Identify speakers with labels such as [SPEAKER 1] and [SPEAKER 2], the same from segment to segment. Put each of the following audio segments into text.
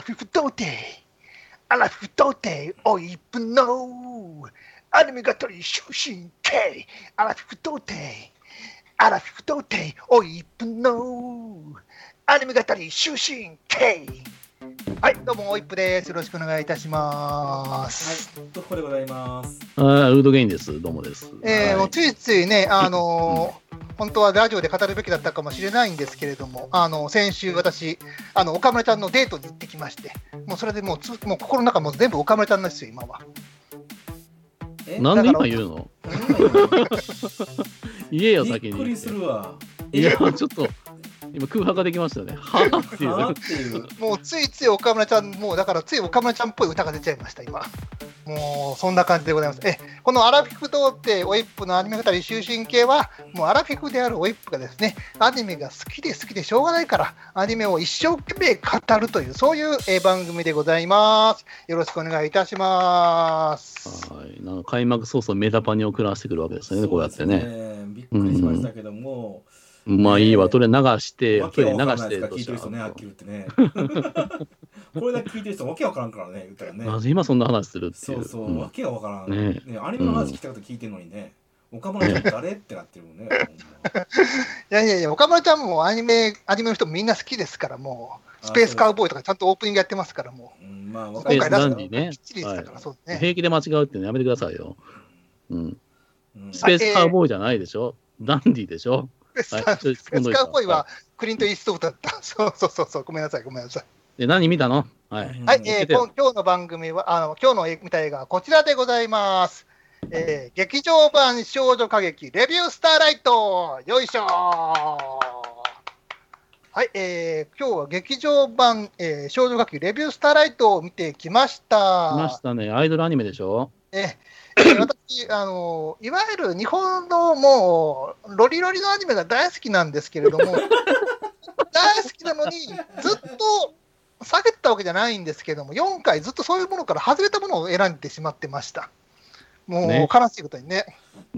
[SPEAKER 1] フ不動帝アラフ不動帝オイプノーアルミガトリ終身刑アラフ不動帝アラフ不動帝オイプノーアルミガトリ終身刑はいどうもオイプですよろしくお願いいたします、
[SPEAKER 2] はい、どこでございます。
[SPEAKER 3] ああ、ウードゲインです。どうもです。
[SPEAKER 1] えーも
[SPEAKER 3] は
[SPEAKER 1] うついついね、あのー本当はラジオで語るべきだったかもしれないんですけれども、あの先週、私、あの岡村ちゃんのデートに行ってきまして、もうそれでもうつもう心の中、もう全部岡村ちゃんなんですよ、今は。
[SPEAKER 2] え
[SPEAKER 3] い、なんで今言うの言えよ、
[SPEAKER 2] びっ
[SPEAKER 3] 先に。
[SPEAKER 2] くりするわ。
[SPEAKER 3] いや、ちょっと、今空白ができましたね。はぁってい
[SPEAKER 2] はあっ
[SPEAKER 3] う。
[SPEAKER 2] ていう。
[SPEAKER 1] もうついつい岡村ちゃん、もうだからつい岡村ちゃんっぽい歌が出ちゃいました、今。もうそんな感じでございます。えこのアラフィフ童貞オイップのアニメ語り終身系は、もうアラフィフであるオイップがですね、アニメが好きで好きでしょうがないから、アニメを一生懸命語るという、そういうえ番組でございます。よろしくお願いいたします。
[SPEAKER 3] はい。なんか開幕早々メタパンに送らせてくるわけですよね、こうやって
[SPEAKER 2] そ
[SPEAKER 3] ね。
[SPEAKER 2] ですね。びっくりしましたけども、
[SPEAKER 3] まあいいわ、とりあえず流して、
[SPEAKER 2] わ
[SPEAKER 3] と
[SPEAKER 2] け
[SPEAKER 3] りあ
[SPEAKER 2] わ
[SPEAKER 3] え
[SPEAKER 2] かんない
[SPEAKER 3] ず
[SPEAKER 2] ですから
[SPEAKER 3] 流
[SPEAKER 2] 聞い
[SPEAKER 3] して
[SPEAKER 2] る人ね、はっ
[SPEAKER 3] と
[SPEAKER 2] きり言ってね。これだけ聞いてる人、わけわからんからね、言ったらね。
[SPEAKER 3] なぜ今そんな話するってい
[SPEAKER 2] そう
[SPEAKER 3] う。
[SPEAKER 2] そう、
[SPEAKER 3] うん
[SPEAKER 2] わけがわからん。
[SPEAKER 3] ね
[SPEAKER 2] ねアニメの話聞きたこと聞いてるのにね、岡村ちゃん誰ってなってるもんね。
[SPEAKER 1] いやいやいや、岡村ちゃんもアニメ、アニメの人みんな好きですから、もう、スペースカウボーイとかちゃんとオープニングやってますから、も
[SPEAKER 2] うん、まあ、わ
[SPEAKER 1] う、
[SPEAKER 2] かる
[SPEAKER 1] 今
[SPEAKER 3] スペ
[SPEAKER 1] 回
[SPEAKER 3] ースダ
[SPEAKER 1] 出
[SPEAKER 3] ンデ
[SPEAKER 1] す
[SPEAKER 3] ィね
[SPEAKER 1] のきっちりしたから、そうですね。
[SPEAKER 3] 平気で間違うっていうのやめてくださいよ。うん。
[SPEAKER 2] うん
[SPEAKER 3] スペースカウボーイじゃないでしょ。ダンディでしょ。
[SPEAKER 1] ス
[SPEAKER 3] はい
[SPEAKER 1] カ
[SPEAKER 3] ちょっと突っ込んどいた
[SPEAKER 1] ウボーイはクリント・イーストウッドだった。 そうそうそうそう、ごめんなさい、ごめんなさい。
[SPEAKER 3] で、何見たのはい。
[SPEAKER 1] はい、
[SPEAKER 2] うん
[SPEAKER 1] え
[SPEAKER 3] 聞
[SPEAKER 1] ー
[SPEAKER 3] いてよ
[SPEAKER 1] こん今日の番組は、あの今日の見た映画はこちらでございます。えー劇場版少女歌劇レビュースターライトよいしょーはい、えー今日は劇場版、えー少女歌劇レビュースターライトを見てきました。
[SPEAKER 3] 見ましたね。アイドルアニメでしょ。
[SPEAKER 1] ええええ私、あのいわゆる日本のもう、ロリロリのアニメが大好きなんですけれども、大好きなのに、ずっと下げてたわけじゃないんですけれども、4回ずっとそういうものから外れたものを選んでしまってました。もう、
[SPEAKER 3] ね
[SPEAKER 1] 悲しいことにね。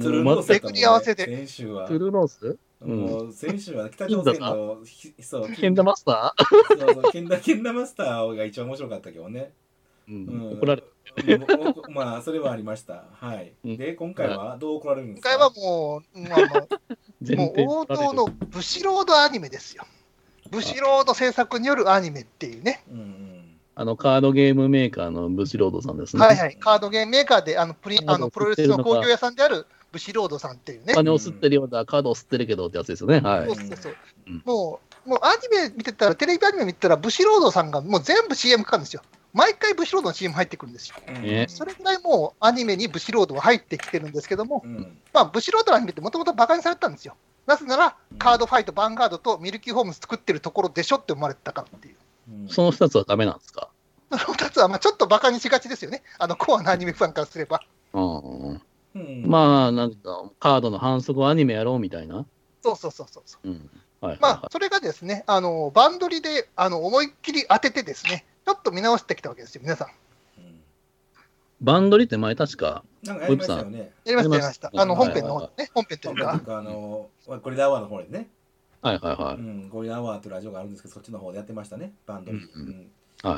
[SPEAKER 2] トゥルー
[SPEAKER 3] もう
[SPEAKER 2] ロースやったもん
[SPEAKER 1] 巡
[SPEAKER 2] ね
[SPEAKER 1] り合わせで
[SPEAKER 2] 先週は
[SPEAKER 3] トゥ。ルーロースうん
[SPEAKER 2] もう先週は北朝鮮のひそう
[SPEAKER 3] ケンダマスター
[SPEAKER 2] そうそうけんだけんだマスターが一番面白かったけどね。
[SPEAKER 3] うん怒られ
[SPEAKER 2] うんおおまあそれはありました。はい。
[SPEAKER 3] うん
[SPEAKER 2] で今回はどう怒られるんです
[SPEAKER 1] 今
[SPEAKER 2] か。
[SPEAKER 1] 回はもう、もう あの
[SPEAKER 3] 前
[SPEAKER 1] もう
[SPEAKER 3] 提
[SPEAKER 1] 王道のブシロードアニメですよ。ブシロード制作によるアニメっていうね。
[SPEAKER 2] うんうん。
[SPEAKER 3] あのカードゲームメーカーのブシロードさんですね。
[SPEAKER 1] はいはい、カードゲームメーカーであのプリン
[SPEAKER 3] カ
[SPEAKER 1] あ
[SPEAKER 3] ード
[SPEAKER 1] の
[SPEAKER 3] を
[SPEAKER 1] プロレ
[SPEAKER 3] 売って
[SPEAKER 1] ス
[SPEAKER 3] るの
[SPEAKER 1] の
[SPEAKER 3] か
[SPEAKER 1] 工業屋さんであるブシロードさんっていうね
[SPEAKER 3] お、金を吸ってるようだ、カードを吸ってるけどってやつですよね。は
[SPEAKER 1] そ。
[SPEAKER 3] いう
[SPEAKER 1] そうそう
[SPEAKER 3] うん
[SPEAKER 1] もうもうアニメ見てたら、テレビアニメ見てたら、ブシロードさんがもう全部 CM かかるんですよ。毎回ブシロードの CM 入ってくるんですよ。
[SPEAKER 3] ね
[SPEAKER 1] それぐらいもうアニメにブシロードは入ってきてるんですけども、
[SPEAKER 2] うん。
[SPEAKER 1] まあ、ブシロードのアニメってもともとバカにされてたんですよ。なぜなら、カードファイト、バンガードとミルキーホームズ作ってるところでしょって思われてたからっていう。
[SPEAKER 2] うん
[SPEAKER 3] その2つはダメなんですか。
[SPEAKER 1] その2つはまあちょっとバカにしがちですよね。あのコアなアニメファンからすれば。
[SPEAKER 3] うん、
[SPEAKER 2] うん
[SPEAKER 3] まあ、なんか、カードの反則をアニメやろうみたいな。
[SPEAKER 1] そうそうそうそうそう。
[SPEAKER 3] うんはいはいはい
[SPEAKER 1] まあ、それがですね、あのバンドリであの思いっきり当ててですね、ちょっと見直してきたわけですよ、皆さん。
[SPEAKER 2] うん
[SPEAKER 3] バンドリって前確か、
[SPEAKER 2] なんかやりましたよね。
[SPEAKER 1] やりました、や
[SPEAKER 3] やり
[SPEAKER 1] り
[SPEAKER 3] ま
[SPEAKER 1] ま
[SPEAKER 3] し
[SPEAKER 1] したた。あの
[SPEAKER 3] はい
[SPEAKER 1] 本編の
[SPEAKER 3] はい
[SPEAKER 1] 方ね、本編と
[SPEAKER 2] な
[SPEAKER 1] う
[SPEAKER 2] いんか
[SPEAKER 1] か、
[SPEAKER 2] 僕あのゴリラアワーの方でね。
[SPEAKER 3] はいはいは
[SPEAKER 2] うんゴリラアワーというラジオがあるんですけどそっちの方でやってましたねバンドに。
[SPEAKER 3] うん
[SPEAKER 2] うん
[SPEAKER 3] い。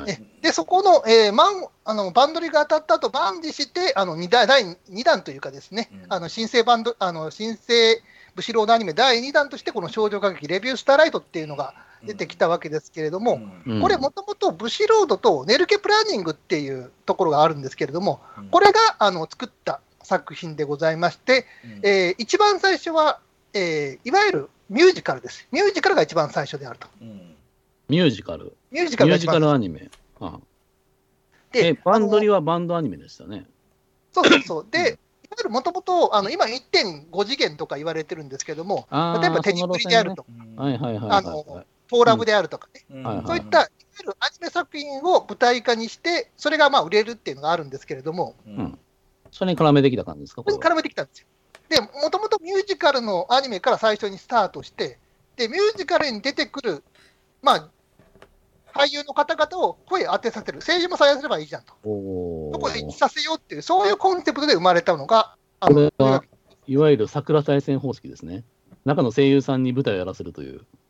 [SPEAKER 3] はい、
[SPEAKER 1] えで、そこの,、えーマンあのバンドリが当たった後、バンジして、あの二弾第2弾というかですね、
[SPEAKER 2] うん
[SPEAKER 1] あの新生バンド、あの新生ブシロードアニメ第2弾として、この少女歌劇レビュースターライトっていうのが出てきたわけですけれども、
[SPEAKER 2] うん
[SPEAKER 3] うん
[SPEAKER 1] これ、もともとブシロードとネルケプランニングっていうところがあるんですけれども、
[SPEAKER 2] うん
[SPEAKER 1] これがあの作った作品でございまして、
[SPEAKER 2] うん
[SPEAKER 1] えー一番最初は、えーいわゆるミュージカルです。ミュージカルが一番最初であると。
[SPEAKER 2] うん
[SPEAKER 3] ミュージカル。
[SPEAKER 1] ミュージカル
[SPEAKER 3] ミ
[SPEAKER 1] が
[SPEAKER 3] ュー
[SPEAKER 1] 一
[SPEAKER 3] ジ
[SPEAKER 1] 番最
[SPEAKER 3] カル
[SPEAKER 1] 初
[SPEAKER 3] アニメ。あ
[SPEAKER 1] で
[SPEAKER 3] え、バンドリ
[SPEAKER 1] あの
[SPEAKER 3] はバンドアニメでしたね。
[SPEAKER 1] そうそうそう。で、いわゆるもともと、あの今1.5次元とか言われてるんですけども、
[SPEAKER 3] あー
[SPEAKER 1] 例えば手にプリであるとか、
[SPEAKER 2] うん
[SPEAKER 3] はいはいはい、
[SPEAKER 1] あ
[SPEAKER 3] はい
[SPEAKER 1] の
[SPEAKER 3] はい。
[SPEAKER 1] フォーラムであるとかね、
[SPEAKER 2] うん
[SPEAKER 3] はいはい
[SPEAKER 1] そういったいわゆるアニメ作品を舞台化にして、それがまあ売れるっていうのがあるんですけれども、
[SPEAKER 2] うん
[SPEAKER 3] うんそれに絡めてきた感じですか、
[SPEAKER 1] こ
[SPEAKER 3] こ
[SPEAKER 1] れ
[SPEAKER 3] れ
[SPEAKER 1] に
[SPEAKER 3] は。
[SPEAKER 1] 絡めてきたんですよ。で、もともとミュージカルのアニメから最初にスタートして、で、ミュージカルに出てくる、まあ、俳優の方々を声当てさせる、政治も採用すればいいじゃんと、
[SPEAKER 3] お
[SPEAKER 1] そこで一致
[SPEAKER 3] ー
[SPEAKER 1] させようっていう、そういうコンセプトで生まれたのが、あ
[SPEAKER 3] こ
[SPEAKER 1] の
[SPEAKER 3] れはいわゆる桜大戦方式ですね。中の声優さんに舞台をやらせるという。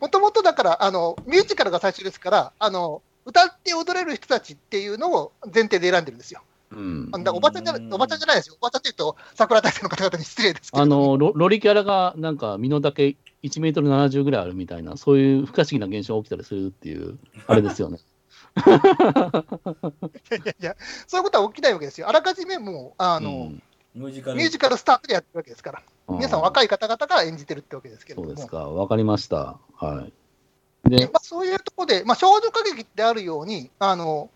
[SPEAKER 1] もともとだからあの、ミュージカルが最初ですから、あの歌って踊れる人たちっていうのを前提で選んでるんですよ。
[SPEAKER 3] うん
[SPEAKER 1] だからおばちゃんじゃな
[SPEAKER 2] う
[SPEAKER 1] い
[SPEAKER 2] ん
[SPEAKER 1] おばちゃんじゃないですよ。おばちゃんっていうと、桜大生の方々に失礼ですけど、
[SPEAKER 3] あのロロリキャラがなんか身の丈1メートル70ぐらいあるみたいな、そういう不可思議な現象が起きたりするっていう、あれですよね。
[SPEAKER 1] いやいや、そういうことは起きないわけですよ。あらかじめもう、 あ
[SPEAKER 3] あ
[SPEAKER 1] の、
[SPEAKER 2] ミュージカル。
[SPEAKER 1] ミュージカルスタートでやってるわけですから、皆さん
[SPEAKER 3] い
[SPEAKER 1] 若い方々が演じてるってわけですけれど
[SPEAKER 3] そう
[SPEAKER 1] も。
[SPEAKER 3] ですか、わかりました。はい、で、
[SPEAKER 1] まあ、そういうところで、まあ、少女歌劇であるように、あの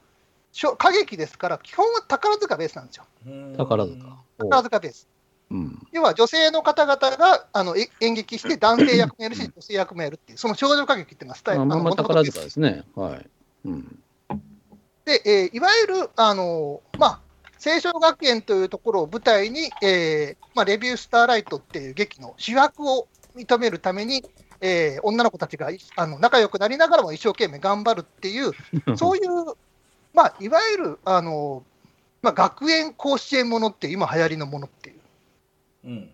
[SPEAKER 1] しょ歌劇ですから、基本は宝塚ベースなんですよ、
[SPEAKER 2] うん
[SPEAKER 3] 宝塚。
[SPEAKER 1] 宝塚ベース。
[SPEAKER 3] うん、
[SPEAKER 1] 要は女性の方々があのえ演劇して、男性役もやる
[SPEAKER 3] う
[SPEAKER 1] し、
[SPEAKER 3] ん
[SPEAKER 1] 女性役もやるっていう、その少女歌劇っていうのはスタイ
[SPEAKER 3] ま
[SPEAKER 1] ル
[SPEAKER 3] あ、まあまあ
[SPEAKER 1] 元々の
[SPEAKER 3] 宝
[SPEAKER 1] ベース
[SPEAKER 3] 塚ですね。はい。うん。
[SPEAKER 1] で、えーいわゆる、あのまあ、清少学園というところを舞台に、えーまあ、レビュースターライトっていう劇の主役を認めるために、えー女の子たちがあの仲良くなりながらも一生懸命頑張るっていう、そういう、まあ、いわゆる、あのまあ、学園甲子園ものっていう、今流行りのものっていう、
[SPEAKER 2] うん。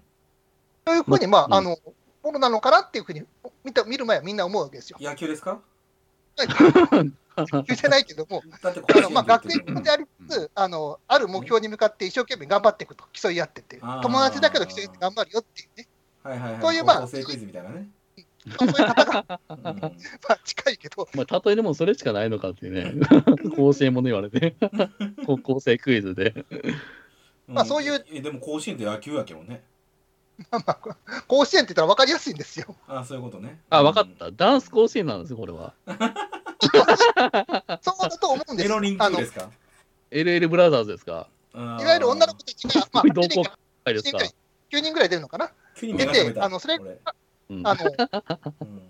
[SPEAKER 1] そういうふうに、まあ
[SPEAKER 3] うん
[SPEAKER 1] あのものなのかなっていうふうに見た見る前はみんな思うわけですよ。
[SPEAKER 2] 野球ですか
[SPEAKER 1] 言ってないけども、
[SPEAKER 2] だって
[SPEAKER 1] あ のまあ、学園
[SPEAKER 2] も
[SPEAKER 1] でありつつ、あのある目標に向かって一生懸命頑張っていくと、競い合ってて
[SPEAKER 2] あー、
[SPEAKER 1] 友達だけど競い合って頑張るよっていうね、
[SPEAKER 2] はいはいはい。
[SPEAKER 1] そういうまあ
[SPEAKER 2] 高校生クイズみたいな ね。
[SPEAKER 1] まあそういう方が
[SPEAKER 2] うん
[SPEAKER 1] まあ近いけど、
[SPEAKER 3] まあ、例えでもそれしかないのかっていうね、構成もの言わ れて、高校生クイズで。
[SPEAKER 1] まあそういう。
[SPEAKER 2] えでも甲子園って野球やけどね。
[SPEAKER 1] まあまあ、甲子園って言ったら分かりやすいんですよ。
[SPEAKER 2] あそういうことね。
[SPEAKER 3] あ、わかっ
[SPEAKER 2] うん。
[SPEAKER 3] た。ダンス甲子園なんですよ、これは。
[SPEAKER 1] そうだと思うんで
[SPEAKER 2] メ
[SPEAKER 1] す
[SPEAKER 2] ロ
[SPEAKER 1] よ。
[SPEAKER 2] リン
[SPEAKER 1] あ
[SPEAKER 2] ク
[SPEAKER 1] のい
[SPEAKER 2] ですか
[SPEAKER 3] LL ブラザーズですか。
[SPEAKER 2] い
[SPEAKER 1] わゆる女の子たちが、まあ、
[SPEAKER 3] 同
[SPEAKER 1] 8
[SPEAKER 3] 好
[SPEAKER 1] 人か
[SPEAKER 3] 会ですか。
[SPEAKER 1] 9人ぐらい出るのかな、
[SPEAKER 2] 急に目が覚め
[SPEAKER 1] 出て
[SPEAKER 2] た。
[SPEAKER 1] あのそれ
[SPEAKER 2] 俺
[SPEAKER 3] うん
[SPEAKER 1] あの
[SPEAKER 2] うん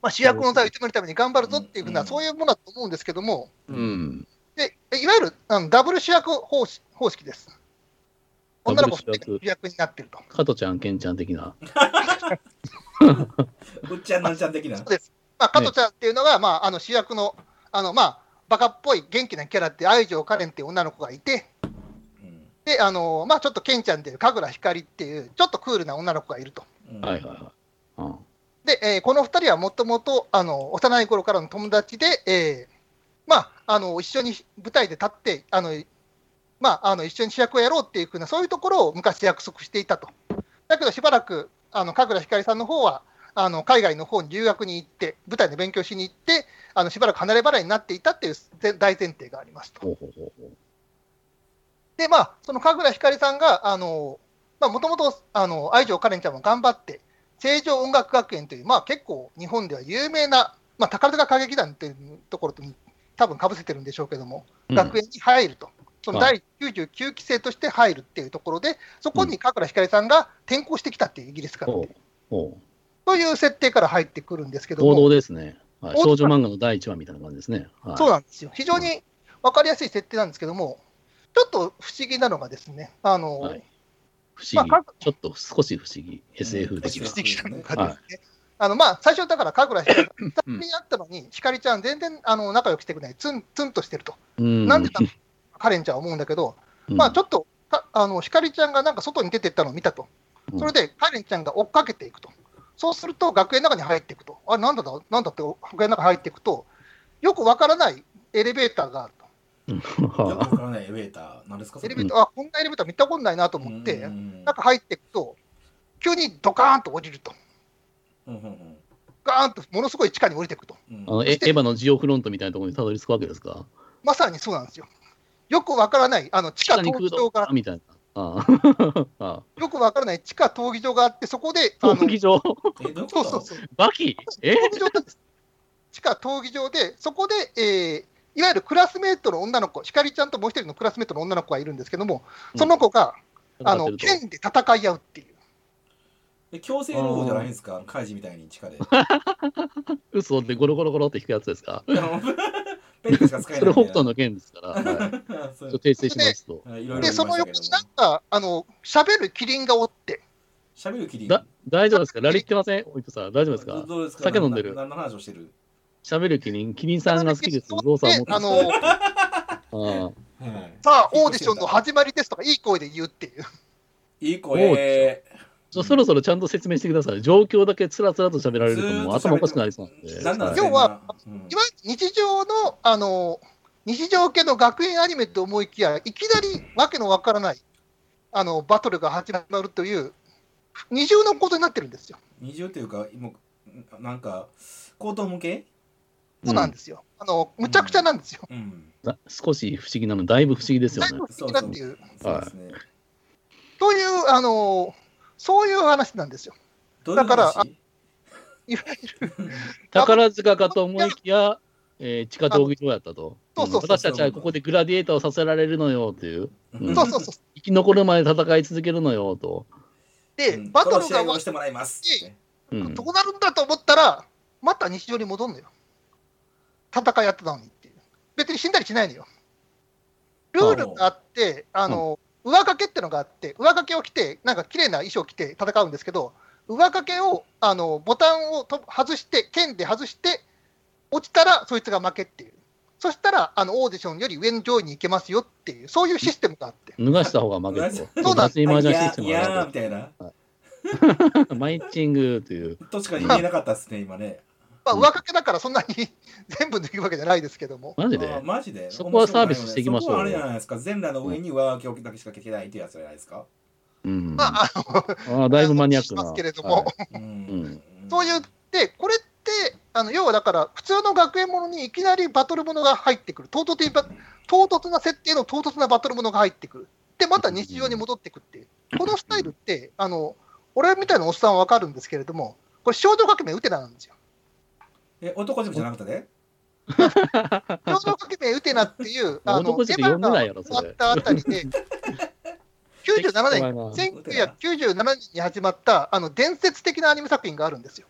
[SPEAKER 1] まあ、主役の座を射止めるために頑張るぞっていうふう
[SPEAKER 2] う
[SPEAKER 1] な、
[SPEAKER 2] ん
[SPEAKER 1] そういうものだと思うんですけども、
[SPEAKER 3] うん。
[SPEAKER 1] でいわゆるあのダブル主役方式方式です。女の子
[SPEAKER 3] ダブル主役
[SPEAKER 1] 2人が主役になってると。
[SPEAKER 3] 加トちゃん、ケンちゃん的な。
[SPEAKER 2] うっちゃんなんちゃん的な
[SPEAKER 1] そう。です。まあ、加トちゃんっていうのが、まあ、あの主役の、あの、まあ、バカっぽい元気なキャラって、愛情カレンっていう女の子がいて、
[SPEAKER 2] うん
[SPEAKER 1] で、あの、まあ、ちょっとケンちゃんっていう、神楽光っていう、ちょっとクールな女の子がいると。
[SPEAKER 2] うん
[SPEAKER 3] はいはいはい。うん
[SPEAKER 1] で、えーこの二人はもともと、あの、幼い頃からの友達で、えーまあ、あの、一緒に舞台で立って、あの、まあ、あの、一緒に主役をやろうっていうふうな、そういうところを昔約束していたと。だけど、しばらく、あの、神楽光さんの方は、あの、海外の方に留学に行って、舞台の勉強しに行って、あの、しばらく離れ離れになっていたっていう前大前提がありますと。
[SPEAKER 3] ほうほうほうほう。
[SPEAKER 1] で、まあ、その神楽光さんが、あの、まあ、もともと、あの、愛情カレンちゃんも頑張って、成城音楽学園という、まあ、結構日本では有名な、まあ、宝塚歌劇団というところと多分かぶせてるんでしょうけども、
[SPEAKER 3] うん
[SPEAKER 1] 学園に入ると。その
[SPEAKER 3] は
[SPEAKER 1] 第99期生として入るっていうところで、そこに神楽光さんが転校してきたっていうイギリスから、
[SPEAKER 3] ほうほう
[SPEAKER 1] という設定から入ってくるんですけど
[SPEAKER 3] 王
[SPEAKER 1] も、
[SPEAKER 3] 道ですね、はい。
[SPEAKER 1] 王道
[SPEAKER 3] 少女漫画の第1話みたいな感じですね。はい、
[SPEAKER 1] そうなんですよ。非常に分かりやすい設定なんですけども、ちょっと不思議なのがですね、あの、
[SPEAKER 3] はい不思議、
[SPEAKER 1] まあか
[SPEAKER 3] ちょっと少し不思議、SF 的
[SPEAKER 1] 不
[SPEAKER 3] な
[SPEAKER 1] 思。議なのがですね。あのまあ、最初だから、神楽光さん、久しぶりに会ったのに、ひかりちゃん、全然あの仲良くしてくれない、ツンツンとしてると、
[SPEAKER 3] うん
[SPEAKER 1] なんでだ、カレンちゃんは思うんだけど、
[SPEAKER 3] うん
[SPEAKER 1] まあ、ちょっとかあのひかりちゃんがなんか外に出てったのを見たと
[SPEAKER 3] う、ん
[SPEAKER 1] それでカレンちゃんが追っかけていくと、そうすると学園の中に入っていくと、あなんだだ、なんだって学園の中に入っていくと、よくわからないエレベーターがあると、
[SPEAKER 2] よくわからないエレベーター。何ですか
[SPEAKER 1] エレベーター、あこんなエレベーター見たことないなと思って、
[SPEAKER 2] うん
[SPEAKER 1] 中入っていくと、急にドカーンと降りると、
[SPEAKER 2] うんうん
[SPEAKER 1] ガーンとものすごい地下に降りていくと。
[SPEAKER 2] うん
[SPEAKER 3] あのエエヴァのジオフロントみたいなところにたどり着くわけですか。
[SPEAKER 1] まさにそうなんですよ。よくわからない、あの地下闘技場が、
[SPEAKER 3] みたいな。 あああ
[SPEAKER 1] よくわからない地下闘技場があって、そこで、
[SPEAKER 3] あ
[SPEAKER 1] あの
[SPEAKER 3] 闘技場、
[SPEAKER 2] え、どういう
[SPEAKER 1] そ
[SPEAKER 2] こ
[SPEAKER 1] う
[SPEAKER 2] と
[SPEAKER 1] そうそう、
[SPEAKER 3] バキ、え
[SPEAKER 1] 闘技場なんです。地下闘技場で、そこで、えーいわゆるクラスメートの女の子、ひかりちゃんともう一人のクラスメートの女の子がいるんですけども、その子が、あの
[SPEAKER 3] 戦ってる
[SPEAKER 1] 剣で戦い合うっていう、
[SPEAKER 2] え強制労働じゃないんですかあのカイジみたいに地下 で。
[SPEAKER 3] と嘘でゴロゴロゴロって引くやつですか。
[SPEAKER 2] あのペンしか使え
[SPEAKER 3] そ
[SPEAKER 2] な
[SPEAKER 3] れ
[SPEAKER 2] いみた
[SPEAKER 3] 北斗
[SPEAKER 2] いな。
[SPEAKER 3] の剣ですから、はい、ち
[SPEAKER 2] そう
[SPEAKER 3] ょっと訂正しますと。
[SPEAKER 2] はいいろいろ言いま
[SPEAKER 1] でその
[SPEAKER 2] した
[SPEAKER 1] 横
[SPEAKER 2] け
[SPEAKER 1] に
[SPEAKER 2] ど
[SPEAKER 1] なんか、あの喋るキリンがおって、
[SPEAKER 2] 喋るキリン。
[SPEAKER 3] だ大丈夫ですかラリってませんおいとさん、大丈夫ですか
[SPEAKER 2] どうですか
[SPEAKER 3] 酒飲んでる
[SPEAKER 2] な何の話をしてる
[SPEAKER 3] 喋るキリン、キリンさんが好きです。
[SPEAKER 1] 喋るキリン
[SPEAKER 3] ゾウさん持って
[SPEAKER 1] あ
[SPEAKER 3] ます
[SPEAKER 1] の
[SPEAKER 3] ああ
[SPEAKER 2] はい
[SPEAKER 1] さあ、オーディションの始まりですとか、いい声で言うっていう、
[SPEAKER 2] いい声。
[SPEAKER 3] ちょそろそろちゃんと説明してください。状況だけつらつらと喋られると、もう頭おかしくなりそうなんで。
[SPEAKER 2] なんなら
[SPEAKER 1] 要は
[SPEAKER 2] うん
[SPEAKER 1] いわゆる日常の、あの、日常系の学園アニメと思いきや、いきなりわけのわからない、あの、バトルが始まるという、二重のことになってるんですよ。
[SPEAKER 2] 二重というかもうなんか高等向け
[SPEAKER 1] そうなんですよ。あの、むちゃくちゃなんですよ。
[SPEAKER 2] うん
[SPEAKER 3] だ少し不思議なの、だいぶ不思議ですよ
[SPEAKER 1] だい
[SPEAKER 3] ね
[SPEAKER 1] ぶ。不思議だっていう。
[SPEAKER 2] そうですね、
[SPEAKER 1] という、あの、そういう話なんですよ。
[SPEAKER 2] どういう話
[SPEAKER 1] だからあいわゆる
[SPEAKER 3] 宝塚かと思いきや、えー地下闘技場やったと。
[SPEAKER 1] そうそうそう
[SPEAKER 3] 私たちはここでグラディエーターをさせられるのよという、
[SPEAKER 2] うん
[SPEAKER 1] そうそうそう。
[SPEAKER 3] 生き残るまで戦い続けるのよと。
[SPEAKER 1] で、
[SPEAKER 2] うん
[SPEAKER 1] バトル
[SPEAKER 2] この試合
[SPEAKER 1] が
[SPEAKER 2] を
[SPEAKER 1] 終わっ
[SPEAKER 2] してもらいます
[SPEAKER 1] て
[SPEAKER 3] うん
[SPEAKER 1] どうなるんだと思ったら、また日常に戻るのよ。戦いやってたのにっていう。別に死んだりしないのよ。ルールがあって、あの、上掛けってのがあって、上掛けを着て、なんか綺麗な衣装着て戦うんですけど、上掛けを、あの、ボタンをと外して、剣で外して、落ちたらそいつが負けっていう。そしたら、あの、オーディションより上の上位に行けますよっていう、そういうシステムがあって。
[SPEAKER 3] 脱がした方が負け
[SPEAKER 2] そう
[SPEAKER 3] と。
[SPEAKER 1] なんだ
[SPEAKER 3] 脱衣マージャンシステ
[SPEAKER 2] い
[SPEAKER 3] ム
[SPEAKER 2] やいや
[SPEAKER 3] が
[SPEAKER 2] ーみたいな
[SPEAKER 3] あ る。マイチングという。
[SPEAKER 2] としか言えなかったですね今ね
[SPEAKER 1] まあ、上掛けだからそんなに 全部抜くわけじゃないですけども。
[SPEAKER 3] マジで
[SPEAKER 2] あーマジで
[SPEAKER 3] そこはサービス
[SPEAKER 2] 面
[SPEAKER 3] し
[SPEAKER 2] 白
[SPEAKER 3] ていきましょ
[SPEAKER 2] そ
[SPEAKER 3] う
[SPEAKER 2] こはあれじゃないですか全裸の上に上着をだけしか着てないってやつじゃないですか
[SPEAKER 3] うん。
[SPEAKER 1] まあ、あの、
[SPEAKER 3] ああだいぶマニアック
[SPEAKER 1] しま
[SPEAKER 3] な。
[SPEAKER 1] すけれども
[SPEAKER 3] はい
[SPEAKER 2] うん
[SPEAKER 3] ん
[SPEAKER 1] そういう、で、これって、あの要はだから、普通の学園ものにいきなりバトルものが入ってくる、唐突な唐突な設定の唐突なバトルものが入ってくる、で、また日常に戻ってくっていう、このスタイルって、あの俺みたいなおっさんは分かるんですけれども、これ、少女革命ウテナなんですよ。
[SPEAKER 2] え男塾じゃなくてね
[SPEAKER 1] 少女革命ウテナっていう、 あの
[SPEAKER 3] 男塾呼んでないやろ
[SPEAKER 1] エヴァが終
[SPEAKER 3] それ
[SPEAKER 1] わったあたり で、97年、1997年に始まったあの伝説的なアニメ作品があるんですよ、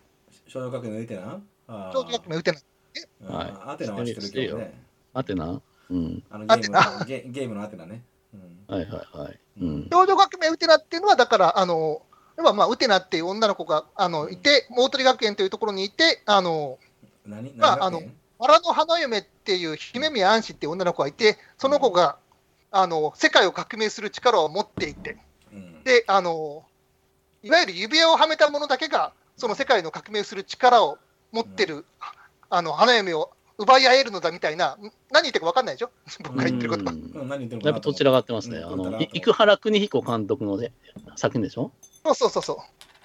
[SPEAKER 2] 少女学園のエテナあー
[SPEAKER 1] 少女革命ウテナ。
[SPEAKER 2] うん
[SPEAKER 3] は
[SPEAKER 2] アテナは知ってるけどね
[SPEAKER 3] アテナうん。
[SPEAKER 2] あの
[SPEAKER 1] ア
[SPEAKER 2] ゲ
[SPEAKER 1] テ
[SPEAKER 2] ー
[SPEAKER 1] ナ
[SPEAKER 2] ムのゲゲームのアテナね、うん
[SPEAKER 3] はいはいはい。うん。
[SPEAKER 1] 少女学名ウテナっていうのは、だから、あの、要はまあ、ウテナっていう女の子が、あの、いて、大鳥学園というところにいて、あの、
[SPEAKER 2] 何
[SPEAKER 1] まあ
[SPEAKER 2] 何学園
[SPEAKER 1] バラの花嫁っていう姫宮安氏っていう女の子がいて、その子が、あの、世界を革命する力を持っていて、
[SPEAKER 2] うん
[SPEAKER 1] で、あの、いわゆる指輪をはめた者だけが、その世界の革命する力を持ってる、あの、花嫁を奪い合えるのだみたいな、ん何言ってるか分かんないでしょ 僕が言ってることが。
[SPEAKER 3] うん
[SPEAKER 2] うん、何言ってるの
[SPEAKER 3] だいぶとちらがってますね。
[SPEAKER 2] うん
[SPEAKER 3] あ
[SPEAKER 2] とちらがっ
[SPEAKER 3] の、
[SPEAKER 2] て
[SPEAKER 3] い
[SPEAKER 2] ます
[SPEAKER 3] 生原邦彦監督のね作品でしょ
[SPEAKER 1] そうそうそうそう。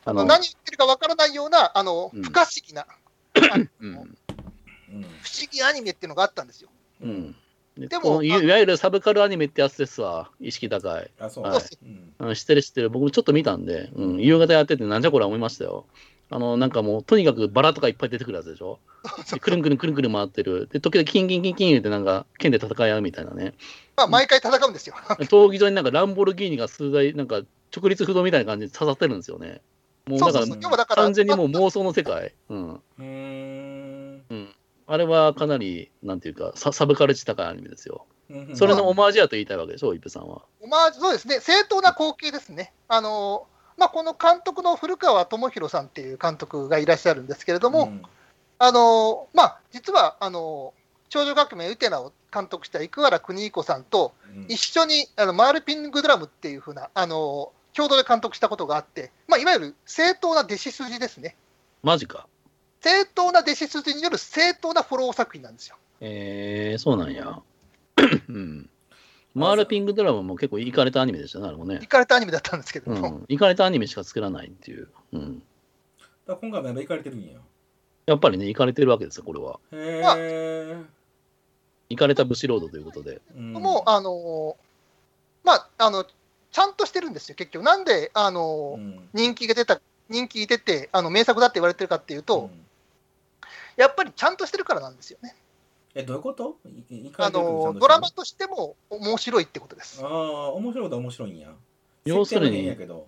[SPEAKER 3] あ
[SPEAKER 1] 何
[SPEAKER 3] の、
[SPEAKER 1] 言ってるか分からないような、あの、
[SPEAKER 3] うん
[SPEAKER 1] 不可思議な、
[SPEAKER 3] うん。
[SPEAKER 2] うん
[SPEAKER 1] 不思議アニメっていうのがあったんですよ。
[SPEAKER 3] うん。で
[SPEAKER 1] でも
[SPEAKER 3] このい
[SPEAKER 1] あ
[SPEAKER 3] いわゆるサブカルアニメってやつですわ。意識高い。
[SPEAKER 2] あそう、
[SPEAKER 3] はい
[SPEAKER 2] うん
[SPEAKER 3] うん、知ってる知ってる。僕もちょっと見たんで、うん、夕方やっててなんじゃこら思いましたよ。あの、なんかもう、とにかくバラとかいっぱい出てくるやつで しょ。でくるんくるんくるんくるん回ってる。で、時々キンキンキンキン言ってなんか、剣で戦い合うみたいなね。
[SPEAKER 1] まあ、毎回戦うんですよ。
[SPEAKER 3] 闘技場になんかランボルギーニが数台、なんか直立不動みたいな感じで刺さってるんですよね。もう
[SPEAKER 1] そう
[SPEAKER 3] だ
[SPEAKER 1] そ
[SPEAKER 3] から
[SPEAKER 1] うそう。要はだから、
[SPEAKER 3] 完全にもう
[SPEAKER 1] ま
[SPEAKER 3] 妄想の世界。うん。
[SPEAKER 2] うーん
[SPEAKER 3] あれはかなり、なんていうか、ササブカル値高いアニメですよ。
[SPEAKER 2] うん
[SPEAKER 3] それのオマージュやと言いたいわけでしょ、イップさんは。
[SPEAKER 1] あオマージュそうですね、正当な光景ですね。あのまあ、この監督の古川智弘さんっていう監督がいらっしゃるんですけれども、
[SPEAKER 2] うん
[SPEAKER 1] あのまあ、実はあの少女革命ウテナを監督した生原邦彦さんと
[SPEAKER 2] うん
[SPEAKER 1] 一緒にあのマールピングドラムっていうふうなあの共同で監督したことがあって、まあ、いわゆる正当な弟子筋ですね。
[SPEAKER 3] マジか。
[SPEAKER 1] 正当な弟子筋による正当なフォロー作品なんですよ。
[SPEAKER 3] えー、そうなんや。うん。マールピングドラマも結構いかれたアニメでしたね、あれもね
[SPEAKER 1] 行。かれたアニメだったんですけど
[SPEAKER 3] う
[SPEAKER 1] も、
[SPEAKER 3] ん。いかれたアニメしか作らないっていう。う
[SPEAKER 2] だ
[SPEAKER 3] ん。
[SPEAKER 2] から今回もやっぱ行かれてるんや
[SPEAKER 3] やっぱりね、いかれてるわけですよ、これは。
[SPEAKER 2] へ
[SPEAKER 1] まあ
[SPEAKER 2] え、
[SPEAKER 3] いかれた武士ロードということで。
[SPEAKER 2] うん
[SPEAKER 1] もうあのまああのちゃんとしてるんですよ結局なんであの、
[SPEAKER 2] うん
[SPEAKER 1] 人気が出た人気出てあの名作だって言われてるかっていうと、
[SPEAKER 2] ん
[SPEAKER 1] やっぱりちゃんとしてるからなんですよね
[SPEAKER 2] えどういうこといい
[SPEAKER 1] あ
[SPEAKER 2] かれてる
[SPEAKER 1] の
[SPEAKER 2] の
[SPEAKER 1] ドラマとしても面白いってことです
[SPEAKER 2] ああ面白いことは面白いんや
[SPEAKER 3] 要する
[SPEAKER 2] 設定は
[SPEAKER 3] に
[SPEAKER 2] 変やけど、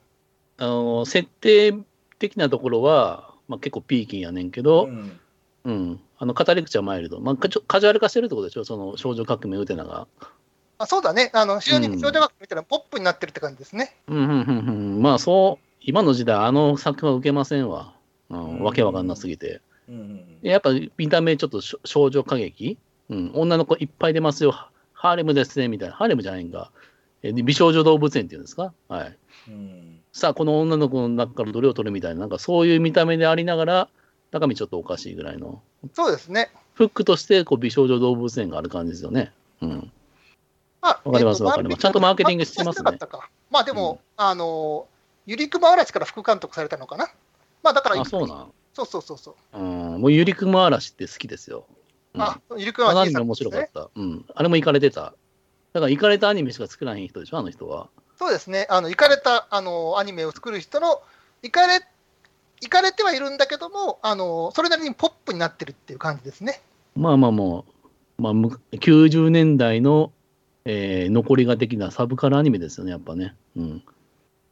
[SPEAKER 3] あの、設定的なところは、まあ、結構ピーキンやねんけど、
[SPEAKER 2] うん
[SPEAKER 3] うん、あの、語り口はマイルド。まあ、かちょカジュアル化してるってことでしょ、その少女革命ウテナが。
[SPEAKER 1] あそうだねあの非常に
[SPEAKER 3] うん
[SPEAKER 1] 少女学みたいなポップになってるって感じですね、
[SPEAKER 3] うんうんうんうん。まあ、そう、今の時代、あの作品は受けませんわ。うん、わけわかんなすぎて。
[SPEAKER 2] うんうん
[SPEAKER 3] やっぱ見た目ちょっとしょ少女歌劇、うん、女の子いっぱい出ますよ、ハーレムですねみたいな、ハーレムじゃないんか、えー美少女動物園っていうんですか、はい、
[SPEAKER 2] うん。
[SPEAKER 3] さあこの女の子の中からどれを取るみたいななんかそういう見た目でありながら中身ちょっとおかしいぐらいの
[SPEAKER 1] そうですね。
[SPEAKER 3] フックとしてこう美少女動物園がある感じですよね。うん、
[SPEAKER 1] まあ
[SPEAKER 3] わかりま
[SPEAKER 1] え
[SPEAKER 3] す
[SPEAKER 1] っと
[SPEAKER 3] わかりますちゃんとマーケティングしてますね
[SPEAKER 1] マーケティングはしてなかったかまあでも、あの、ゆりくま嵐から副監督されたのかな。まあだから、
[SPEAKER 3] あそうな
[SPEAKER 1] そうそうそうそう。
[SPEAKER 3] ん、うん、もうゆりくま嵐って好きですよ。うん、
[SPEAKER 1] あ、ゆりくま
[SPEAKER 3] かな
[SPEAKER 1] 嵐
[SPEAKER 3] り
[SPEAKER 1] さん
[SPEAKER 3] 面
[SPEAKER 1] です
[SPEAKER 3] 白かっ
[SPEAKER 1] ね。
[SPEAKER 3] た。うん、あれも行かれてた。だから行かれたアニメしか作らへん人でしょあの人は。
[SPEAKER 1] そうですね。あの、行かれた、あの、アニメを作る人の、行かれ、行かれてはいるんだけども、あの、それなりにポップになってるっていう感じですね。
[SPEAKER 3] まあまあもう、まあ、む90年代の、えー残りが的なサブカルアニメですよねやっぱね。うん。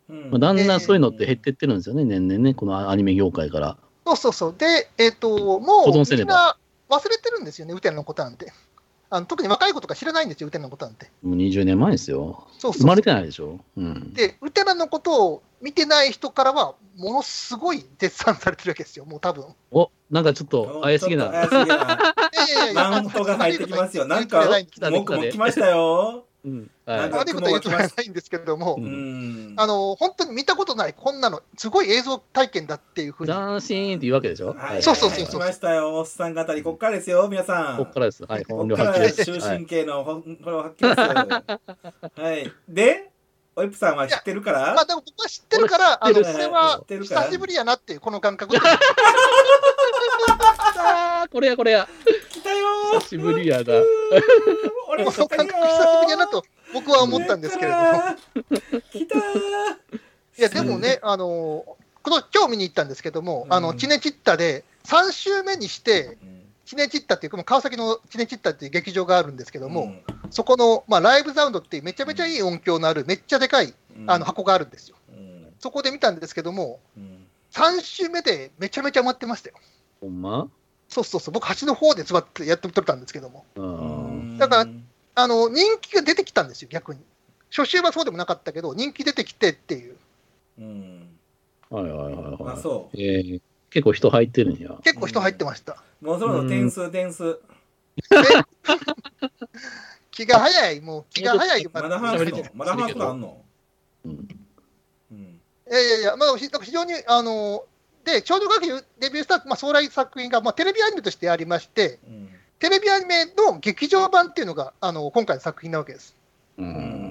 [SPEAKER 2] うん
[SPEAKER 3] まあ、だんだんそういうのって
[SPEAKER 2] ええ
[SPEAKER 3] 減ってってるんですよね年々ねこのアニメ業界から。
[SPEAKER 1] そうそうそう。で、えっ、と、もう、
[SPEAKER 3] 保存せ
[SPEAKER 1] み
[SPEAKER 3] ね
[SPEAKER 1] ん
[SPEAKER 3] ば
[SPEAKER 1] な忘れてるんですよね、ウテナのことなんて。あの特に若い子とか知らないんですよ、ウテナのことなんて。
[SPEAKER 3] もう20年前ですよ。
[SPEAKER 1] そうそう
[SPEAKER 3] 生まれてないでしょ。うん。
[SPEAKER 1] で、ウテナのことを見てない人からは、ものすごい絶賛されてるわけですよ、もう多分。
[SPEAKER 3] おなんかちょっと怪しげ
[SPEAKER 2] ち
[SPEAKER 3] な。
[SPEAKER 2] ょっと怪しげな。
[SPEAKER 1] いやいやいや
[SPEAKER 2] マウントが入ってきますよ。なん
[SPEAKER 1] 悪
[SPEAKER 2] か
[SPEAKER 1] いことは言っ、
[SPEAKER 3] たね
[SPEAKER 2] 文句も来ましたよ。
[SPEAKER 3] うん
[SPEAKER 2] なん
[SPEAKER 3] は
[SPEAKER 2] か
[SPEAKER 1] 悪いことは言ってはないんですけれども、
[SPEAKER 3] う
[SPEAKER 2] うんん。
[SPEAKER 1] あの本当に見たことない、こんなの、すごい映像体験だっていうふう
[SPEAKER 3] い。
[SPEAKER 1] に、
[SPEAKER 3] 斬新って言うわけでしょ。
[SPEAKER 2] はい、
[SPEAKER 1] そうそうそう
[SPEAKER 2] 来ましたよ。おっさん語り、こっからですよ、皆さん。
[SPEAKER 3] ここからです。はい。
[SPEAKER 2] こ
[SPEAKER 3] 本
[SPEAKER 2] っ
[SPEAKER 3] 領
[SPEAKER 2] から
[SPEAKER 3] 発揮です。
[SPEAKER 2] 終
[SPEAKER 3] はい
[SPEAKER 2] 身刑のほんこれを発揮です。はい。で、オイプさんは知ってるか
[SPEAKER 1] まあ、
[SPEAKER 2] ら
[SPEAKER 1] でも僕は知ってるから、あ
[SPEAKER 3] 俺
[SPEAKER 1] の
[SPEAKER 3] 知
[SPEAKER 2] って
[SPEAKER 1] こ
[SPEAKER 2] る
[SPEAKER 1] れは
[SPEAKER 2] 知ってるから
[SPEAKER 1] 久しぶりやなっていう、この感覚
[SPEAKER 3] あーこれやこれや。
[SPEAKER 2] 来たよー
[SPEAKER 3] 久しぶりやだ
[SPEAKER 2] うーん俺
[SPEAKER 1] こ
[SPEAKER 2] も
[SPEAKER 1] の感覚、久しぶりやなと僕は思ったんですけれども、
[SPEAKER 2] 来たー
[SPEAKER 1] いや、でもね、あのこの今日見に行ったんですけども、あ
[SPEAKER 2] う
[SPEAKER 1] の
[SPEAKER 2] ん
[SPEAKER 1] チネチッタで3週目にして、
[SPEAKER 2] うん
[SPEAKER 1] チネチッタっていう、もう川崎のチネチッタっていう劇場があるんですけども、
[SPEAKER 2] うん
[SPEAKER 1] そこの、まあ、ライブサウンドっていうめちゃめちゃいい音響のある、めっちゃでかい
[SPEAKER 2] うん
[SPEAKER 1] あの箱があるんですよ。
[SPEAKER 2] うん
[SPEAKER 1] そこで見たんですけども、
[SPEAKER 2] うん
[SPEAKER 1] 3週目でめちゃめちゃ埋まってましたよ。
[SPEAKER 3] ほんま
[SPEAKER 1] そうそうそう、僕、端の方で座ってやって撮ったんですけども、
[SPEAKER 3] うん。
[SPEAKER 1] だから
[SPEAKER 2] うん
[SPEAKER 1] あの人気が出てきたんですよ、逆に。初週はそうでもなかったけど、人気出てきてっていう、
[SPEAKER 2] うん
[SPEAKER 3] はいはいはい
[SPEAKER 2] あ
[SPEAKER 3] はい。
[SPEAKER 2] そ
[SPEAKER 3] えー結構人入ってるんや。
[SPEAKER 1] 結構人入ってました。
[SPEAKER 2] うもうそろそろ点数点数
[SPEAKER 1] で気が早い、もう気が早い。
[SPEAKER 2] まだ
[SPEAKER 1] まあ
[SPEAKER 2] ハー
[SPEAKER 3] 喋
[SPEAKER 2] フ
[SPEAKER 3] りた
[SPEAKER 2] の
[SPEAKER 3] い
[SPEAKER 2] まだハーフのあんの
[SPEAKER 3] うん。
[SPEAKER 2] うん
[SPEAKER 1] いやいやいや、まあ、ひ非常に、あの、で、少女学級デビューした、まあ、将来作品が、まあ、テレビアニメとしてありまして、
[SPEAKER 2] うん
[SPEAKER 1] テレビアニメの劇場版っていうのが、あの、今回の作品なわけです。
[SPEAKER 3] う。
[SPEAKER 2] うん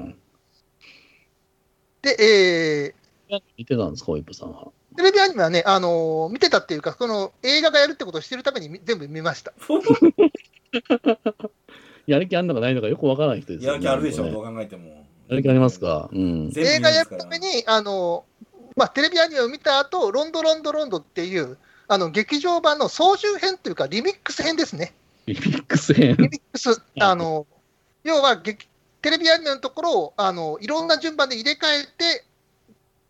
[SPEAKER 2] ん
[SPEAKER 1] で、
[SPEAKER 3] 見てたんですか、ホイップさん
[SPEAKER 1] え
[SPEAKER 3] は。
[SPEAKER 1] ーテレビアニメはね、あの見てたっていうか、その映画がやるってことをしてるためにみ全部見ました。
[SPEAKER 3] やる気あんのかないのかよくわからない人です
[SPEAKER 2] や
[SPEAKER 3] よ
[SPEAKER 2] る
[SPEAKER 3] ね。
[SPEAKER 2] 気あるでしょ
[SPEAKER 3] なん
[SPEAKER 2] ど
[SPEAKER 3] か
[SPEAKER 2] う考えても
[SPEAKER 3] ねやる気ありますかうん。
[SPEAKER 2] 全部
[SPEAKER 1] 映
[SPEAKER 2] 見ま
[SPEAKER 1] 画や
[SPEAKER 2] す
[SPEAKER 1] る
[SPEAKER 2] から
[SPEAKER 1] ために、あのまあ、テレビアニメを見た後、ロンドロンドロンドっていう、あの劇場版の総集編というか、リミックス編ですね。
[SPEAKER 3] リミックス編。
[SPEAKER 1] リミックス、あの要は劇テレビアニメのところをあのいろんな順番で入れ替えて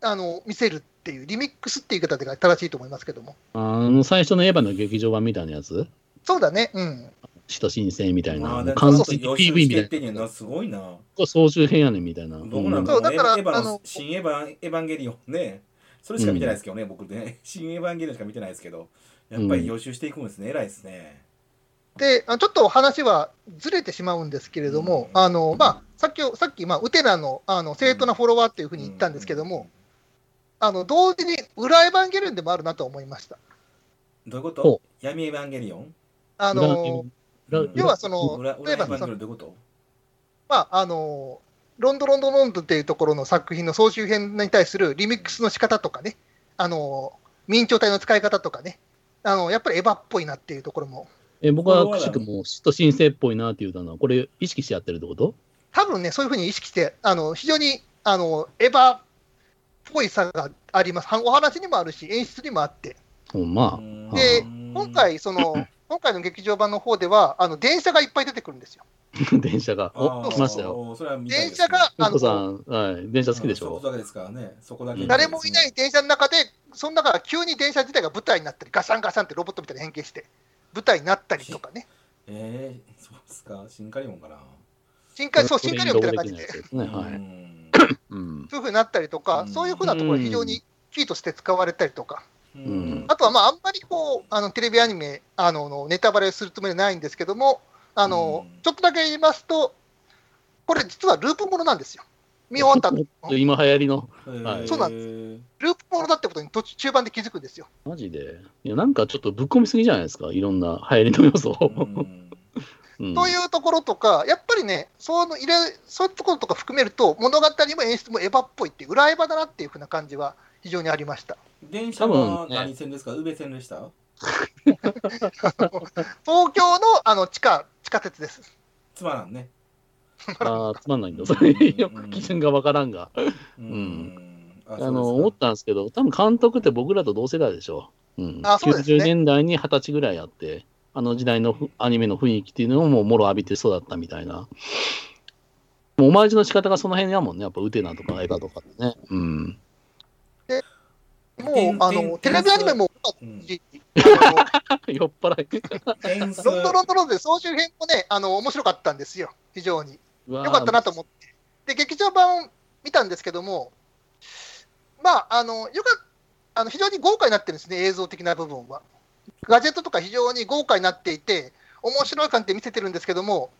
[SPEAKER 1] あの見せるっていう、リミックスっていう言い方が正しいと思いますけども。
[SPEAKER 3] あの、最初のエヴァの劇場版みたいなやつ
[SPEAKER 1] そうだね、うん。
[SPEAKER 3] 使徒申請みたいな。
[SPEAKER 2] まあ
[SPEAKER 3] もう
[SPEAKER 2] だからちょ
[SPEAKER 3] 完
[SPEAKER 2] っと
[SPEAKER 3] 全に
[SPEAKER 2] 予
[SPEAKER 3] PV
[SPEAKER 2] 習
[SPEAKER 3] み
[SPEAKER 2] したて
[SPEAKER 3] い
[SPEAKER 2] い
[SPEAKER 3] な
[SPEAKER 2] っ。てんやなすごいな
[SPEAKER 3] これ総集編やねんみたいな。
[SPEAKER 2] 僕なん
[SPEAKER 3] うん
[SPEAKER 2] か
[SPEAKER 1] そ
[SPEAKER 2] も
[SPEAKER 1] うだ
[SPEAKER 2] ねエ
[SPEAKER 1] から
[SPEAKER 2] ヴァ
[SPEAKER 1] あ
[SPEAKER 2] の
[SPEAKER 1] の
[SPEAKER 2] 新エヴァエヴァンゲリオンねそれしか見てないですけどね僕ね新エヴァンゲリオンしか見てないですけどやっぱり予習していくんですね偉いですね
[SPEAKER 1] であちょっと話はずれてしまうんですけれども、
[SPEAKER 2] うん
[SPEAKER 1] あのまあ、さっきさっき、まあ、ウテナのあの正当なフォロワーっていうふうに言ったんですけども、あの同時に裏エヴァンゲリオンでもあるなと思いました。
[SPEAKER 2] うんどういうこ
[SPEAKER 3] ほ
[SPEAKER 2] と闇エヴァンゲリオン
[SPEAKER 1] あの
[SPEAKER 3] 裏
[SPEAKER 2] うん
[SPEAKER 1] 要はその
[SPEAKER 2] 裏裏
[SPEAKER 1] 例
[SPEAKER 2] エ
[SPEAKER 1] えば
[SPEAKER 2] ヴァンゲリオ
[SPEAKER 1] そ
[SPEAKER 2] ン
[SPEAKER 1] の、
[SPEAKER 2] どういうこと
[SPEAKER 1] まあ、あのロンドロンドロンドっていうところの作品の総集編に対するリミックスの仕方とかね、あの明朝体の使い方とかね、あのやっぱりエヴァっぽいなっていうところも、
[SPEAKER 3] え僕はくしくも嫉妬申請っぽいなって言うたのは、これ意識してやってるってこと
[SPEAKER 1] 多分ね、そういうふうに意識して、あの非常にあのエヴァっぽいさがあります、はお話にもあるし、演出にもあって、
[SPEAKER 3] ほんま。
[SPEAKER 1] で
[SPEAKER 2] うん
[SPEAKER 1] 今回、そ の今回の劇場版の方では、あの電車がいっぱい出てくるんですよ。
[SPEAKER 3] 電車が。
[SPEAKER 2] あ
[SPEAKER 3] お、
[SPEAKER 2] ー
[SPEAKER 3] 来ましたよ。
[SPEAKER 2] おそれは見たい
[SPEAKER 1] 電
[SPEAKER 2] ですね
[SPEAKER 1] 車が
[SPEAKER 3] ふっ
[SPEAKER 1] あ
[SPEAKER 3] こ
[SPEAKER 1] の
[SPEAKER 3] さん、はい、電車好きでし
[SPEAKER 2] うんそこ
[SPEAKER 3] ょ。
[SPEAKER 2] だけですからねそこだけ
[SPEAKER 1] 誰もいないい電車の中で、その中から急に電車自体が舞台になったり、ガシャンガシャンってロボットみたいに変形して、舞台になったりとかね、
[SPEAKER 2] ええそうですか新カリオンかな
[SPEAKER 1] 新幹そう、新幹線みたいな感じで、
[SPEAKER 3] ですね。は
[SPEAKER 2] う
[SPEAKER 3] い。
[SPEAKER 2] ん
[SPEAKER 3] うん。
[SPEAKER 1] そういうふうになったりとか、
[SPEAKER 2] うん
[SPEAKER 1] そういうふうなところ、非常にキーとして使われたりとか、
[SPEAKER 2] うん
[SPEAKER 1] あとはまあ、あんまりこう、あのテレビアニメ、あののネタバレするつもりはないんですけども、あの
[SPEAKER 2] うん
[SPEAKER 1] ちょっとだけ言いますと、これ、実はループものなんですよ。見終わった後
[SPEAKER 3] 今流行りの、はい
[SPEAKER 1] そうなん
[SPEAKER 2] です。
[SPEAKER 1] ループものだってことに途中中盤で気づくんですよ。
[SPEAKER 3] マジで。いや、なんかちょっとぶっ込みすぎじゃないですか、いろんな流行りの要素
[SPEAKER 2] う
[SPEAKER 3] を。
[SPEAKER 2] ん
[SPEAKER 3] うん
[SPEAKER 1] というところとか、やっぱりね、その入れそういうところとか含めると、物語も演出もエヴァっぽいっていう、裏エヴァだなっていうふうな感じは非常にありました。
[SPEAKER 2] 電車
[SPEAKER 3] 多
[SPEAKER 2] は
[SPEAKER 3] 分ね
[SPEAKER 2] 何線ですか、宇部線でした
[SPEAKER 1] 東京のあの地下地下鉄です。
[SPEAKER 2] つまらんね。
[SPEAKER 3] あーつまんないんだ、それ。よく基準がわからんが。。
[SPEAKER 2] うんあ
[SPEAKER 3] あの、思っ。たんですけど、多分監督って僕らと同世代でしょ。うん、
[SPEAKER 1] あそうですね
[SPEAKER 3] 90年代に20歳ぐらいあって、あの時代のふアニメの雰囲気っていうのをもうもろ浴びてそうだったみたいな。もうオマージュの仕方がその辺やもんね、やっぱウテナとかエヴァとかってね。 うん。
[SPEAKER 1] もう
[SPEAKER 2] てん
[SPEAKER 1] あ
[SPEAKER 2] て
[SPEAKER 1] の
[SPEAKER 2] ん
[SPEAKER 1] テレビアニメも多かっ
[SPEAKER 2] そう
[SPEAKER 1] た
[SPEAKER 2] です
[SPEAKER 1] し、あ
[SPEAKER 3] 酔っ払い。
[SPEAKER 2] かうん点数
[SPEAKER 1] のロンドロンドロンドで総集編もね、あの面白かったんですよ、非常に。
[SPEAKER 3] うわー
[SPEAKER 1] よかったなと思って。で、劇場版見たんですけども、まあ、あの、よかあの非常に豪華になってるんですね、映像的な部分は。ガジェットとか非常に豪華になっていて、面白い感じで見せてるんですけども、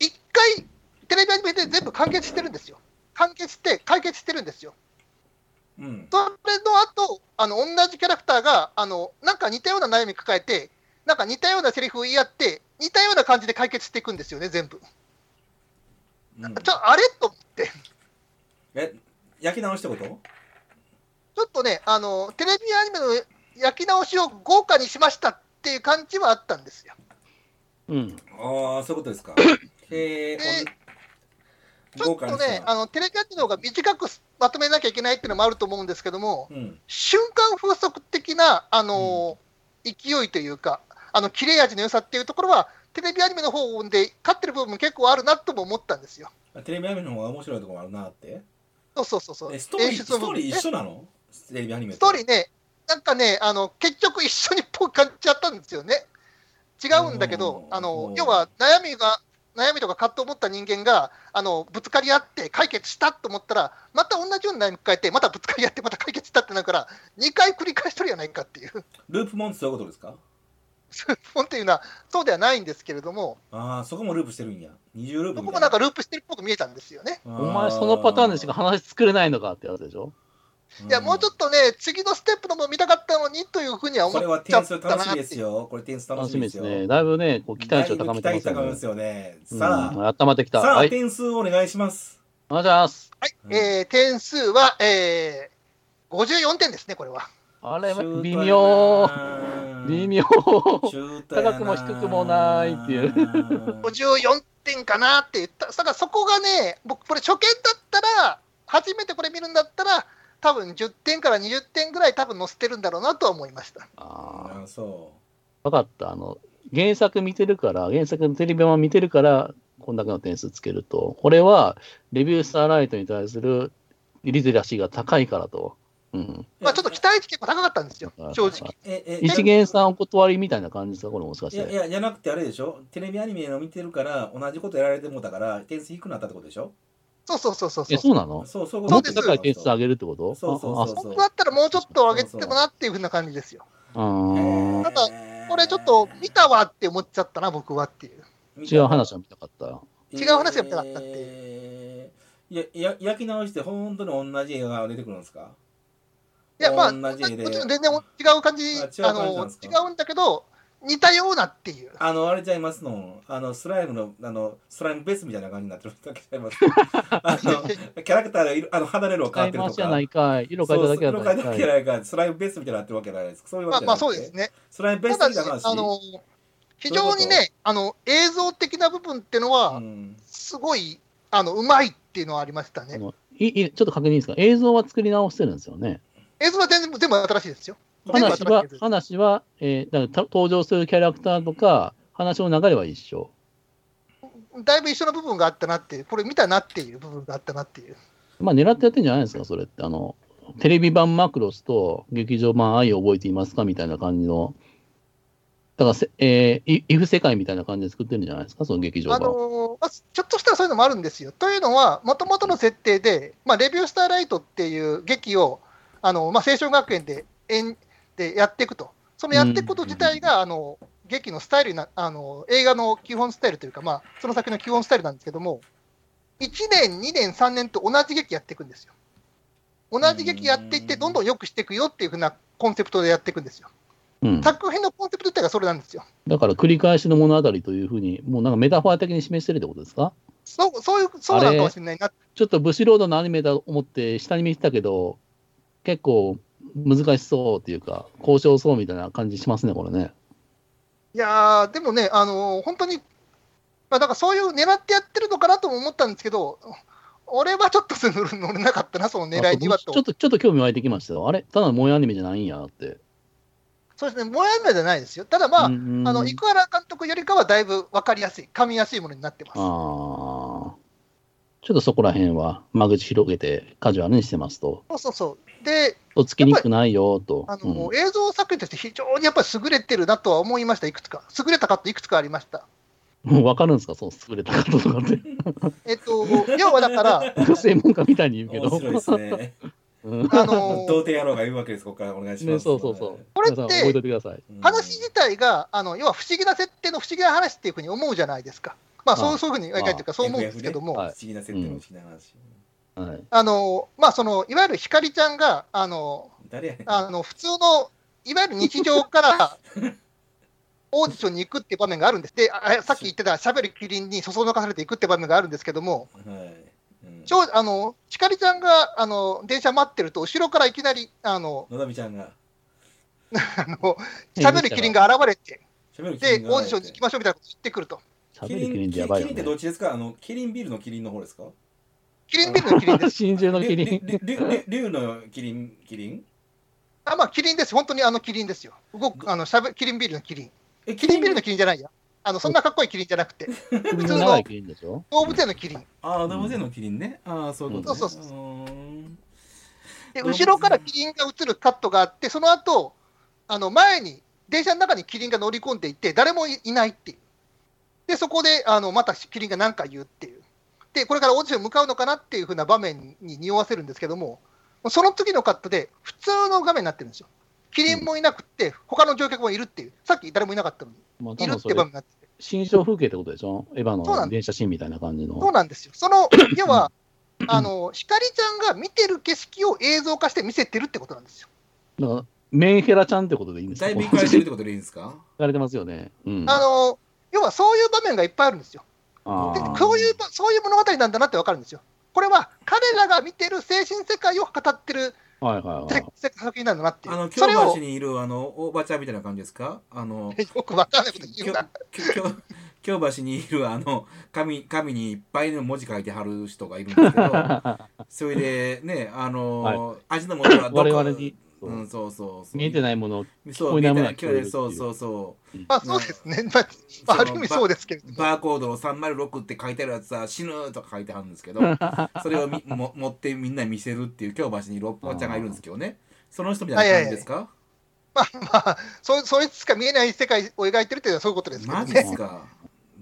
[SPEAKER 1] 一回、テレビアニメで全部完結してるんですよ。完結して、解決してるんですよ。
[SPEAKER 2] うん。
[SPEAKER 1] それの後、あの、同じキャラクターが、あの、なんか似たような悩み抱えて、なんか似たようなセリフを言い合って、似たような感じで解決していくんですよね、全部。
[SPEAKER 2] うん
[SPEAKER 1] ちょ、あれと思って。
[SPEAKER 2] え、焼き直しってこと
[SPEAKER 1] ちょっとね、あのテレビアニメの焼き直しを豪華にしましたっていう感じはあったんですよ。
[SPEAKER 3] うん。
[SPEAKER 2] ああ、そういうことですか。へえ、
[SPEAKER 1] ちょっとね、あのテレビアニメの方が短くまとめなきゃいけないっていうのもあると思うんですけども、
[SPEAKER 2] うん。
[SPEAKER 1] 瞬間風速的な、あの勢いというか、あの切れ味の良さっていうところは、テレビアニメの方で勝ってる部分も結構あるなとも思ったんですよ。
[SPEAKER 2] テレビアニメの方が面白いところあるなって。
[SPEAKER 1] そうそうそうそう。
[SPEAKER 2] え、ストーリー、
[SPEAKER 1] 演
[SPEAKER 2] ス
[SPEAKER 1] 出の
[SPEAKER 2] ト
[SPEAKER 1] 部
[SPEAKER 2] ー
[SPEAKER 1] 分
[SPEAKER 2] リー
[SPEAKER 1] ね
[SPEAKER 2] 一緒なのテレビアニメと。
[SPEAKER 1] ストーリーね、なんかね、あの結局一緒にっぽく感じちゃったんですよね。違うんだけど、
[SPEAKER 2] うん
[SPEAKER 1] あの
[SPEAKER 2] うん
[SPEAKER 1] 要は悩みが、悩みとか葛藤を持った人間があのぶつかり合って解決したと思ったら、また同じような悩み抱えて、またぶつかり合って、また解決したってなるから、2回繰り返しとるやないかっていう、
[SPEAKER 2] ループもんってそういうことですか
[SPEAKER 1] 本っていうのはそうではないんですけれども、
[SPEAKER 2] ああ、そこもループしてるんや。二重ループ
[SPEAKER 1] そ
[SPEAKER 2] み
[SPEAKER 1] こ
[SPEAKER 2] た
[SPEAKER 1] も
[SPEAKER 2] い
[SPEAKER 1] なんかループしてるっぽく見えたんですよね。
[SPEAKER 2] お
[SPEAKER 3] お前、そのパターンでしか話作れないのかってやつでしょ。
[SPEAKER 1] いや、もうちょっとね、次のステップのも見たかったのにというふうには思
[SPEAKER 2] こ
[SPEAKER 1] っ
[SPEAKER 2] れは
[SPEAKER 1] ちゃ
[SPEAKER 2] 点
[SPEAKER 1] っ
[SPEAKER 2] 数
[SPEAKER 1] た
[SPEAKER 2] 楽し
[SPEAKER 1] なっ
[SPEAKER 2] み
[SPEAKER 1] てい
[SPEAKER 2] で
[SPEAKER 1] う
[SPEAKER 2] すよ。これ点数楽
[SPEAKER 3] 楽
[SPEAKER 2] し
[SPEAKER 3] しみ
[SPEAKER 2] みです
[SPEAKER 3] で
[SPEAKER 2] すよ。
[SPEAKER 3] ね。だいぶね、こう期待値を高めてます
[SPEAKER 2] だいぶ期待高
[SPEAKER 3] よ
[SPEAKER 2] め
[SPEAKER 3] ね
[SPEAKER 2] ますよね。
[SPEAKER 3] うん
[SPEAKER 2] さあ、
[SPEAKER 3] 温まってきた。
[SPEAKER 2] さあ、
[SPEAKER 3] はい。
[SPEAKER 2] 点数お願いします。
[SPEAKER 3] お願いします。
[SPEAKER 2] うん
[SPEAKER 1] えー点数は、えー、54点ですね、これは。
[SPEAKER 3] あれ、微
[SPEAKER 2] 中
[SPEAKER 3] 妙。
[SPEAKER 2] 途やな
[SPEAKER 3] 微。妙。
[SPEAKER 2] 中途やな
[SPEAKER 3] 高くも低くもないっていう。
[SPEAKER 1] 54点かなって言った、だからそこがね、僕、これ初見だったら、初めてこれ見るんだったら、多分10点から20点ぐらい、多分載せてるんだろうなとは思いました。
[SPEAKER 3] あ
[SPEAKER 2] あそ
[SPEAKER 3] あ、わかった。あの、原作見てるから、原作のテレビ版見てるから、こんだけの点数つけると。これは、レビュースターライトに対するリテラシーが高いからと。うん。
[SPEAKER 2] う。
[SPEAKER 1] まあ、ちょっと期待値結構高かったんですよ、正直。
[SPEAKER 2] ええ
[SPEAKER 3] 一元さんお断りみたいな感じですかこれもしかし
[SPEAKER 2] いやい
[SPEAKER 3] て。
[SPEAKER 2] や、じゃなくてあれでしょテレビアニメの見てるから、同じことやられてもだから、点数低くなったってことでしょ
[SPEAKER 1] そうそうそうそうそ
[SPEAKER 3] え、
[SPEAKER 1] う。
[SPEAKER 3] そうなの
[SPEAKER 2] そう、そういうこ
[SPEAKER 1] そ
[SPEAKER 2] と
[SPEAKER 3] もっ
[SPEAKER 1] うで
[SPEAKER 3] と
[SPEAKER 1] す
[SPEAKER 3] 高い点数上げるってこと
[SPEAKER 2] そうそう
[SPEAKER 3] あ
[SPEAKER 2] そう
[SPEAKER 3] あ
[SPEAKER 1] 本当だったらもうちょっと上げてもなっていうふうな感じですよ。
[SPEAKER 3] あ
[SPEAKER 1] ただこれちょっと見たわって思っちゃったな、僕はっていう。
[SPEAKER 3] ー違う話は見たかった。
[SPEAKER 1] 違う話が見たかったっていう
[SPEAKER 2] えーいやいや焼き直して本当に同じ映画が出てくるんですか
[SPEAKER 1] いや、まあ、
[SPEAKER 2] 同
[SPEAKER 1] も
[SPEAKER 2] じ
[SPEAKER 1] ちろん
[SPEAKER 2] 絵で
[SPEAKER 1] 全然違う感じ、
[SPEAKER 2] あ違う感じ
[SPEAKER 1] あ
[SPEAKER 2] なん
[SPEAKER 1] の
[SPEAKER 2] です
[SPEAKER 1] 違
[SPEAKER 2] か
[SPEAKER 1] うんだけど、似たようなっていう。
[SPEAKER 2] あのあれちゃいますのあのスライムのあのスライムベースみたいな感じになってるだけちゃいますあのキャラクターがいるあの離れるを変
[SPEAKER 3] 使
[SPEAKER 2] わっ
[SPEAKER 3] い
[SPEAKER 2] てる
[SPEAKER 3] 回し
[SPEAKER 2] と
[SPEAKER 3] じゃな
[SPEAKER 2] か
[SPEAKER 3] いかい。色変えただけや
[SPEAKER 2] そう
[SPEAKER 3] ない
[SPEAKER 2] そう色変
[SPEAKER 3] か
[SPEAKER 2] えただ
[SPEAKER 3] い
[SPEAKER 2] け。やないかスライムベースみたいになってるわけじゃないですかそういうわ
[SPEAKER 1] まあ、
[SPEAKER 2] けじゃ
[SPEAKER 1] ま
[SPEAKER 2] な
[SPEAKER 1] あ
[SPEAKER 2] くて
[SPEAKER 1] そうですね。
[SPEAKER 2] スライムベース
[SPEAKER 1] ただ
[SPEAKER 2] み
[SPEAKER 1] し、
[SPEAKER 2] たいな話
[SPEAKER 1] あの非常に
[SPEAKER 2] どう
[SPEAKER 1] ねあの、映像的な部分っていうのは、
[SPEAKER 2] うん
[SPEAKER 1] すごいあのうまいっていうのはありました
[SPEAKER 3] あ
[SPEAKER 1] ね。
[SPEAKER 3] のいいちょっと確認いいですか映像は作り直してるんですよね。
[SPEAKER 1] 映像は全部全部新しいですよ。全部新し
[SPEAKER 3] 話
[SPEAKER 1] いや
[SPEAKER 3] は
[SPEAKER 1] つで、す
[SPEAKER 3] 話は、えーだからた登場するキャラクターとか、話の流れは一緒。
[SPEAKER 1] だいぶ一緒の部分があったなっていう、これ見たなっていう部分があったなっていう。
[SPEAKER 3] まあ、狙ってやってんじゃないですか、それって。あの、テレビ版マクロスと劇場版愛を覚えていますかみたいな感じの。だからせ、えー、イイフ世界みたいな感じで作ってるんじゃないですか、その劇場
[SPEAKER 1] あ
[SPEAKER 3] 版。
[SPEAKER 1] のまあ、ちょっとしたらそういうのもあるんですよ。というのは、もともとの設定で、まあ、レビュースターライトっていう劇を、あのまあ、青春学園で演でやっていくと、そのやっていくこと自体が、あの劇のスタイルになあの、映画の基本スタイルというか、まあ、その先の基本スタイルなんですけども、 1年、2年、3年と同じ劇やっていくんですよ。同じ劇やっていって、
[SPEAKER 2] うん
[SPEAKER 1] どんどん良くしていくよっていうふうなコンセプトでやっていくんですよ。
[SPEAKER 3] うん、だ
[SPEAKER 1] 作品のコンセプト自体がそれなんですよ。
[SPEAKER 3] から繰り返しの物語というふうに、もうなんかメタファー的に示してるってことですか
[SPEAKER 1] そうそういうそうなのかもしれないな。
[SPEAKER 3] ちょっとブシロードのアニメだと思って下に見てたけど、結構難しそうっていうか、交渉そうみたいな感じしますね、これね。
[SPEAKER 1] いやー、でもね、あのー本当に、まあ、だからそういう狙ってやってるのかなとも思ったんですけど、俺はちょっとその乗れなかったな、その狙いには
[SPEAKER 3] ち
[SPEAKER 1] と
[SPEAKER 3] ょっ。と、ちょっと興味湧いてきましたよ。あれただ萌えアニメじゃないんやって。
[SPEAKER 1] そうですね、もやもやじゃないですよ。ただまあ、
[SPEAKER 3] うん
[SPEAKER 1] あの生原監督よりかはだいぶ分かりやすい、噛みやすいものになってます。
[SPEAKER 3] あーちょっとそこら辺は間口広げてカジュアルにしてますと。
[SPEAKER 1] そうそうそう。で、
[SPEAKER 3] とっつきにくくないよと。
[SPEAKER 1] あの
[SPEAKER 3] うん
[SPEAKER 1] 映像作品として非常にやっぱり優れてるなとは思いました、いくつか。優れたカットいくつかありました。
[SPEAKER 3] もう分かるんです か、そう、優れた方とか って。
[SPEAKER 1] えっ と、要はだから、
[SPEAKER 3] 専門家みたいに言うけ
[SPEAKER 2] 面
[SPEAKER 3] ど。
[SPEAKER 2] 白いです ね。
[SPEAKER 3] うん
[SPEAKER 1] あ
[SPEAKER 2] 童
[SPEAKER 1] の
[SPEAKER 2] 貞野郎が言うわけです。ここからお願いします。
[SPEAKER 3] ねそうそうそう。
[SPEAKER 1] これって
[SPEAKER 3] 皆さん覚えておいてください。
[SPEAKER 2] うん
[SPEAKER 1] 話自体が、あの要は不思議な設定の不思議な話っていうふうに思うじゃないですか。まあ、そう
[SPEAKER 3] ああ
[SPEAKER 1] そういうふうに描いてるから、そう思うんですけども、
[SPEAKER 3] はい
[SPEAKER 1] あ
[SPEAKER 2] 不思議な設定の不思議な話。
[SPEAKER 3] はい。
[SPEAKER 1] のまあ、そのいわゆるひかりちゃんが、あの
[SPEAKER 2] 誰やねん。
[SPEAKER 1] あの普通の、いわゆる日常からオーディションに行くっていう場面があるんです。で、あさっき言ってた、しゃべるキリンにそそのかされていくって場面があるんですけども、
[SPEAKER 2] はいうん
[SPEAKER 1] ちょうあのひかりちゃんがあの電車待ってると、後ろからいきなり、あの
[SPEAKER 2] 野波ちゃんが。
[SPEAKER 1] あのしゃべるキリンが現れて、
[SPEAKER 2] 喋るキリ
[SPEAKER 1] で、
[SPEAKER 2] ンが
[SPEAKER 1] オーディションに行きましょうみたいなこと言ってくると。
[SPEAKER 3] 喋
[SPEAKER 2] キ
[SPEAKER 3] るキ
[SPEAKER 2] リ
[SPEAKER 3] リ
[SPEAKER 2] ン
[SPEAKER 3] ンってやばい
[SPEAKER 2] キリ
[SPEAKER 3] よ
[SPEAKER 2] ンって
[SPEAKER 3] ね
[SPEAKER 2] ど。っちですかあの、キリンビールのキリンの方ですか
[SPEAKER 1] キリンビルのキリン です。
[SPEAKER 3] 真珠のキリ
[SPEAKER 2] り
[SPEAKER 3] ン。
[SPEAKER 2] りりり竜のキリン、キリン
[SPEAKER 1] あ、まあ、キリンです。本当にあのキリンですよ。動く、あの、しゃべ、キリンビールのキリン。
[SPEAKER 2] え、
[SPEAKER 1] キリンビールのキリンじゃないや。あの、そんなかっこいいキリンじゃなくて、
[SPEAKER 3] 首
[SPEAKER 1] 通の
[SPEAKER 3] の長いキリンでしょ
[SPEAKER 1] 動物園のキリン。
[SPEAKER 2] ああ、動物園のキリンね。ああ、そういうことね。
[SPEAKER 1] そうそうそう
[SPEAKER 2] ーん
[SPEAKER 1] で、
[SPEAKER 2] 動物園
[SPEAKER 1] 後ろからキリンが映るカットがあって、その後、あの、前に、電車の中にキリンが乗り込んでいて、誰もいいないっていう。で、そこで、あの、またキリンが何か言うっていう。で、これからオーディションに向かうのかなっていうふうな場面に匂わせるんですけども、その次のカットで、普通の画面になってるんですよ。キリンもいなくって、他の乗客もいるっていう。さっき誰もいなかったのに、
[SPEAKER 3] まあ、多
[SPEAKER 1] いるっ
[SPEAKER 3] 分
[SPEAKER 1] て
[SPEAKER 3] それ
[SPEAKER 1] 場面、になってて。
[SPEAKER 3] 新象風景ってことでしょエヴァ
[SPEAKER 1] そうな
[SPEAKER 3] の
[SPEAKER 1] ん
[SPEAKER 3] 電車シーンみたいな感じの。
[SPEAKER 1] そうなんですよ。その、要は、あの、ひかりちゃんが見てる景色を映像化して見せてるってことなんですよ。
[SPEAKER 3] だからメンヘラちゃんってことでいいんですか
[SPEAKER 2] だいぶ行かれてるってことでいいんですか
[SPEAKER 3] 行かれてますよね。うん。
[SPEAKER 1] あの、要はそういう場面がいっぱいあるんですよ。
[SPEAKER 3] あ
[SPEAKER 1] で
[SPEAKER 3] ー
[SPEAKER 1] こういう、そういう物語なんだなってわかるんですよ。これは彼らが見てる精神世界を語ってる
[SPEAKER 3] はいはいはい。
[SPEAKER 1] せ作品なんだなってい
[SPEAKER 2] あの、
[SPEAKER 1] う。
[SPEAKER 2] 京
[SPEAKER 1] それを
[SPEAKER 2] 橋、にいる、あの、おばちゃんみたいな感じですかあの、
[SPEAKER 1] よくわからないこと
[SPEAKER 2] き
[SPEAKER 1] 言
[SPEAKER 2] ょ
[SPEAKER 1] うな。
[SPEAKER 2] きょきょ京橋にいるあの紙紙にいっぱいの文字書いてはる人がいるんですけどそれでねあの、味の素はど
[SPEAKER 3] 我
[SPEAKER 2] こ
[SPEAKER 3] 々に
[SPEAKER 2] う、ん、そうそうそう
[SPEAKER 3] 見えてないものを
[SPEAKER 2] そう
[SPEAKER 3] 聞こえないもの
[SPEAKER 2] 見
[SPEAKER 3] は
[SPEAKER 2] え
[SPEAKER 3] 聞こえるっていう
[SPEAKER 2] そうそうそ
[SPEAKER 1] まあそうですね。まあまあ、ある意味そうですけれど
[SPEAKER 2] う
[SPEAKER 1] も。
[SPEAKER 2] バーコードの306って書いてあるやつは死ぬとか書いてあるんですけどそれをみも持ってみんなに見せるっていう京橋に六本ちゃんがいるんですけどねその人みたいな感じですか、
[SPEAKER 1] まあまあ、そうそいつしか見えない世界を描いてるっていうのはそういうことですけど
[SPEAKER 2] マジ
[SPEAKER 1] ね
[SPEAKER 2] で。すか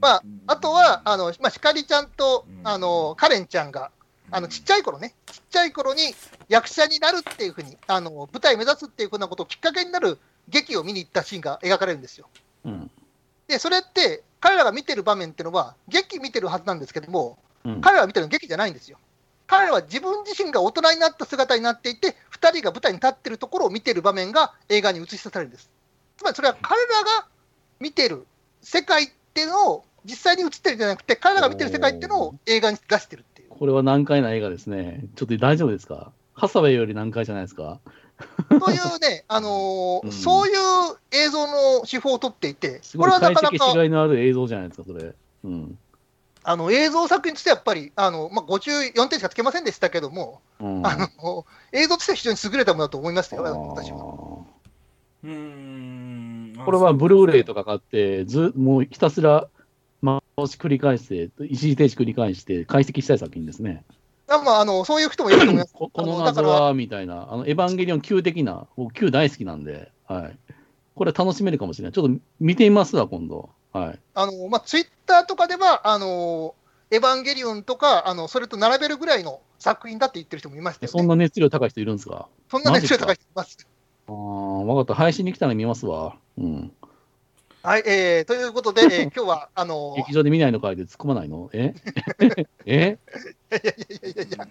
[SPEAKER 1] まあ、あとは、あ
[SPEAKER 2] の
[SPEAKER 1] の、まあ、ひかりちゃんと
[SPEAKER 2] うん、
[SPEAKER 1] あの、カレンちゃんが、あの、ちっちゃい頃ね、ちっちゃい頃に役者になるっていうふうに、あの、舞台目指すっていうふうなことをきっかけになる劇を見に行ったシーンが描かれるんですよ。
[SPEAKER 3] うん。
[SPEAKER 1] で、それって、彼らが見てる場面っていうのは、劇見てるはずなんですけども、
[SPEAKER 3] うん
[SPEAKER 1] 彼らが見てるの劇じゃないんですよ。彼らは自分自身が大人になった姿になっていて、2人が舞台に立ってるところを見てる場面が映画に映し出されるんです。つまりそれは彼らが見てる世界っていうのを実際に映ってるんじゃなくて、彼らが見てる世界っていうのを映画に出してるっていう。
[SPEAKER 3] これは難解な映画ですね。ちょっと大丈夫ですかハサウェイより難解じゃないですか
[SPEAKER 1] そういう ね、あのー
[SPEAKER 3] うん
[SPEAKER 1] そういう映像の手法を取っていて
[SPEAKER 3] す、
[SPEAKER 1] こ
[SPEAKER 3] ごい
[SPEAKER 1] れはな
[SPEAKER 3] 解
[SPEAKER 1] かな
[SPEAKER 3] 析し
[SPEAKER 1] か
[SPEAKER 3] がいのある映像じゃないですか、それ。うん。
[SPEAKER 1] あの映像作品としてはやっぱり、あのまあ、54点しかつけませんでしたけども、
[SPEAKER 3] うん、
[SPEAKER 1] あの映像としては非常に優れたものだと思いましたよ、私は。
[SPEAKER 3] こ
[SPEAKER 2] うーん
[SPEAKER 3] れはブルーレイと
[SPEAKER 2] か
[SPEAKER 3] か買って、ずもうひたすら回し繰り返して、一時停止繰り返して、解析したい作品ですね。
[SPEAKER 1] あまあ、あのそういう人もいると思います。
[SPEAKER 3] こ
[SPEAKER 1] あ
[SPEAKER 3] この
[SPEAKER 1] だか
[SPEAKER 3] 謎
[SPEAKER 1] ら、
[SPEAKER 3] はみたいな、あのエヴァンゲリオン9的な、僕9大好きなんで、はい、これ楽しめるかもしれない。ちょっと見てみますわ、今度。はい、
[SPEAKER 1] あのまあ、ツイッターとかでは、あのエヴァンゲリオンとかあの、それと並べるぐらいの作品だって言ってる人もいましたよ、ね。
[SPEAKER 3] そんな熱量高い人いるんですか
[SPEAKER 1] そんな熱量高い人います。
[SPEAKER 3] ああ、分かった。配信に来たら見ますわ。うん。
[SPEAKER 1] はい、えー、という ことで、えー今日は、あのー
[SPEAKER 3] 劇場で見ないのかいで突っ込まないのえ
[SPEAKER 1] い
[SPEAKER 3] え
[SPEAKER 1] やいやいや、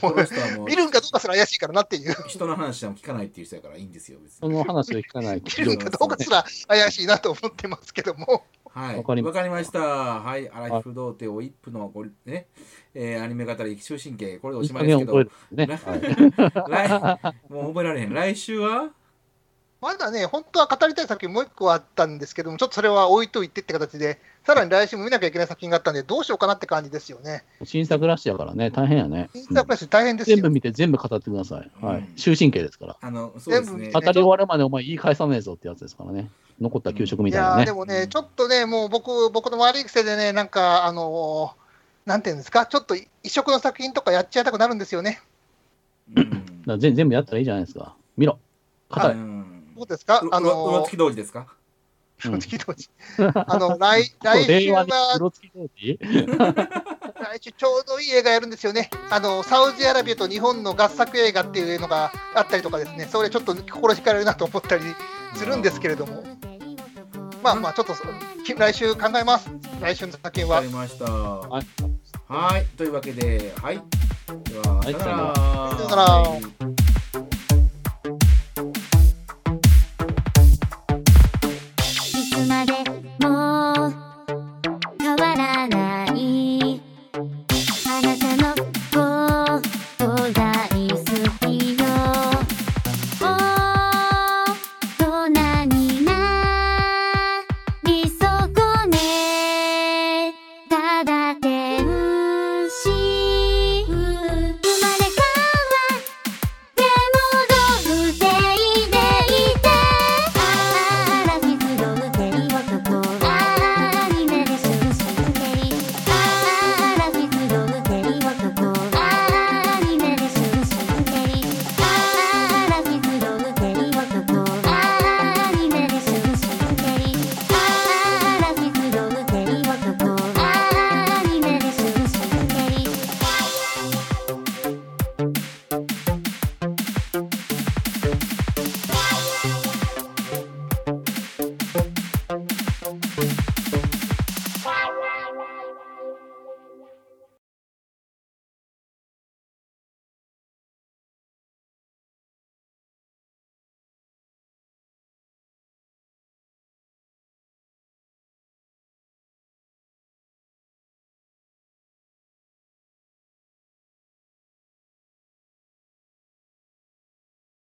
[SPEAKER 2] こ
[SPEAKER 1] も
[SPEAKER 2] の
[SPEAKER 1] う、
[SPEAKER 2] 人はもう
[SPEAKER 1] 見るんかどうかすら怪しいからなっていう、
[SPEAKER 2] 人の話は聞かないっていう人やからいいんですよ別
[SPEAKER 3] そ
[SPEAKER 2] に。
[SPEAKER 3] の話を聞か ない
[SPEAKER 1] 見るんかどうかすら怪しいなと思ってますけども、
[SPEAKER 2] はい。わ
[SPEAKER 3] わ
[SPEAKER 2] か
[SPEAKER 3] か
[SPEAKER 2] り
[SPEAKER 3] り
[SPEAKER 2] ま
[SPEAKER 3] ま
[SPEAKER 2] した。はい。アラフィフ童貞オイップのごりね、えーアニメ語り奇襲神経これでおしまいですけど、
[SPEAKER 3] るね。
[SPEAKER 2] 来
[SPEAKER 3] はい
[SPEAKER 2] 来もう覚えられへん。来週は
[SPEAKER 1] まだね、本当は語りたい作品、もう一個あったんですけども、ちょっとそれは置いといてって形で、さらに来週も見なきゃいけない作品があったんで、どうしようかなって感じですよね。
[SPEAKER 3] 新作ラッシュやからね、大変やね。
[SPEAKER 1] インスタプラス大変ですよ
[SPEAKER 3] 全部見て、全部語ってください。は
[SPEAKER 2] う
[SPEAKER 3] い
[SPEAKER 2] ん。
[SPEAKER 3] 終身刑ですから。
[SPEAKER 2] あのそうですね
[SPEAKER 1] 全。
[SPEAKER 3] 語
[SPEAKER 1] 部
[SPEAKER 3] り終わるまでお前言い返さねえぞってやつですからね。残った給食み
[SPEAKER 1] い
[SPEAKER 3] たい
[SPEAKER 1] や
[SPEAKER 3] な
[SPEAKER 1] ー
[SPEAKER 3] ね
[SPEAKER 1] で。も
[SPEAKER 2] う
[SPEAKER 1] ね、
[SPEAKER 2] ん
[SPEAKER 1] ちょっとね、もう僕、僕の悪い癖でね、なんか、あのーなんていうんですか、ちょっと異色の作品とかやっちゃいたくなるんですよね。
[SPEAKER 2] うん
[SPEAKER 3] だから全全部やったらいいじゃないですか。見ろ。語
[SPEAKER 2] う
[SPEAKER 3] れ。
[SPEAKER 2] ん
[SPEAKER 1] どうですか
[SPEAKER 2] う、
[SPEAKER 1] あ
[SPEAKER 2] うろうろ
[SPEAKER 1] の
[SPEAKER 2] つき同時ですか
[SPEAKER 3] うん
[SPEAKER 1] ー、ひどいあの来来週
[SPEAKER 3] 令和に
[SPEAKER 1] は、
[SPEAKER 3] 黒月同時
[SPEAKER 1] 来週ちょうどいい映画やるんですよね。あのサウジアラビアと日本の合作映画っていうのがあったりとかですね、それちょっと心惹かれるなと思ったりするんですけれども、まあまあ、ちょっとき来週考えます、来週の作品
[SPEAKER 2] わ
[SPEAKER 1] は
[SPEAKER 2] かり。ました。
[SPEAKER 3] い
[SPEAKER 2] はい。というわけで、はい。では、
[SPEAKER 3] い
[SPEAKER 2] さよな
[SPEAKER 3] さよな
[SPEAKER 2] ら
[SPEAKER 3] ら
[SPEAKER 1] さよなら
[SPEAKER 2] はい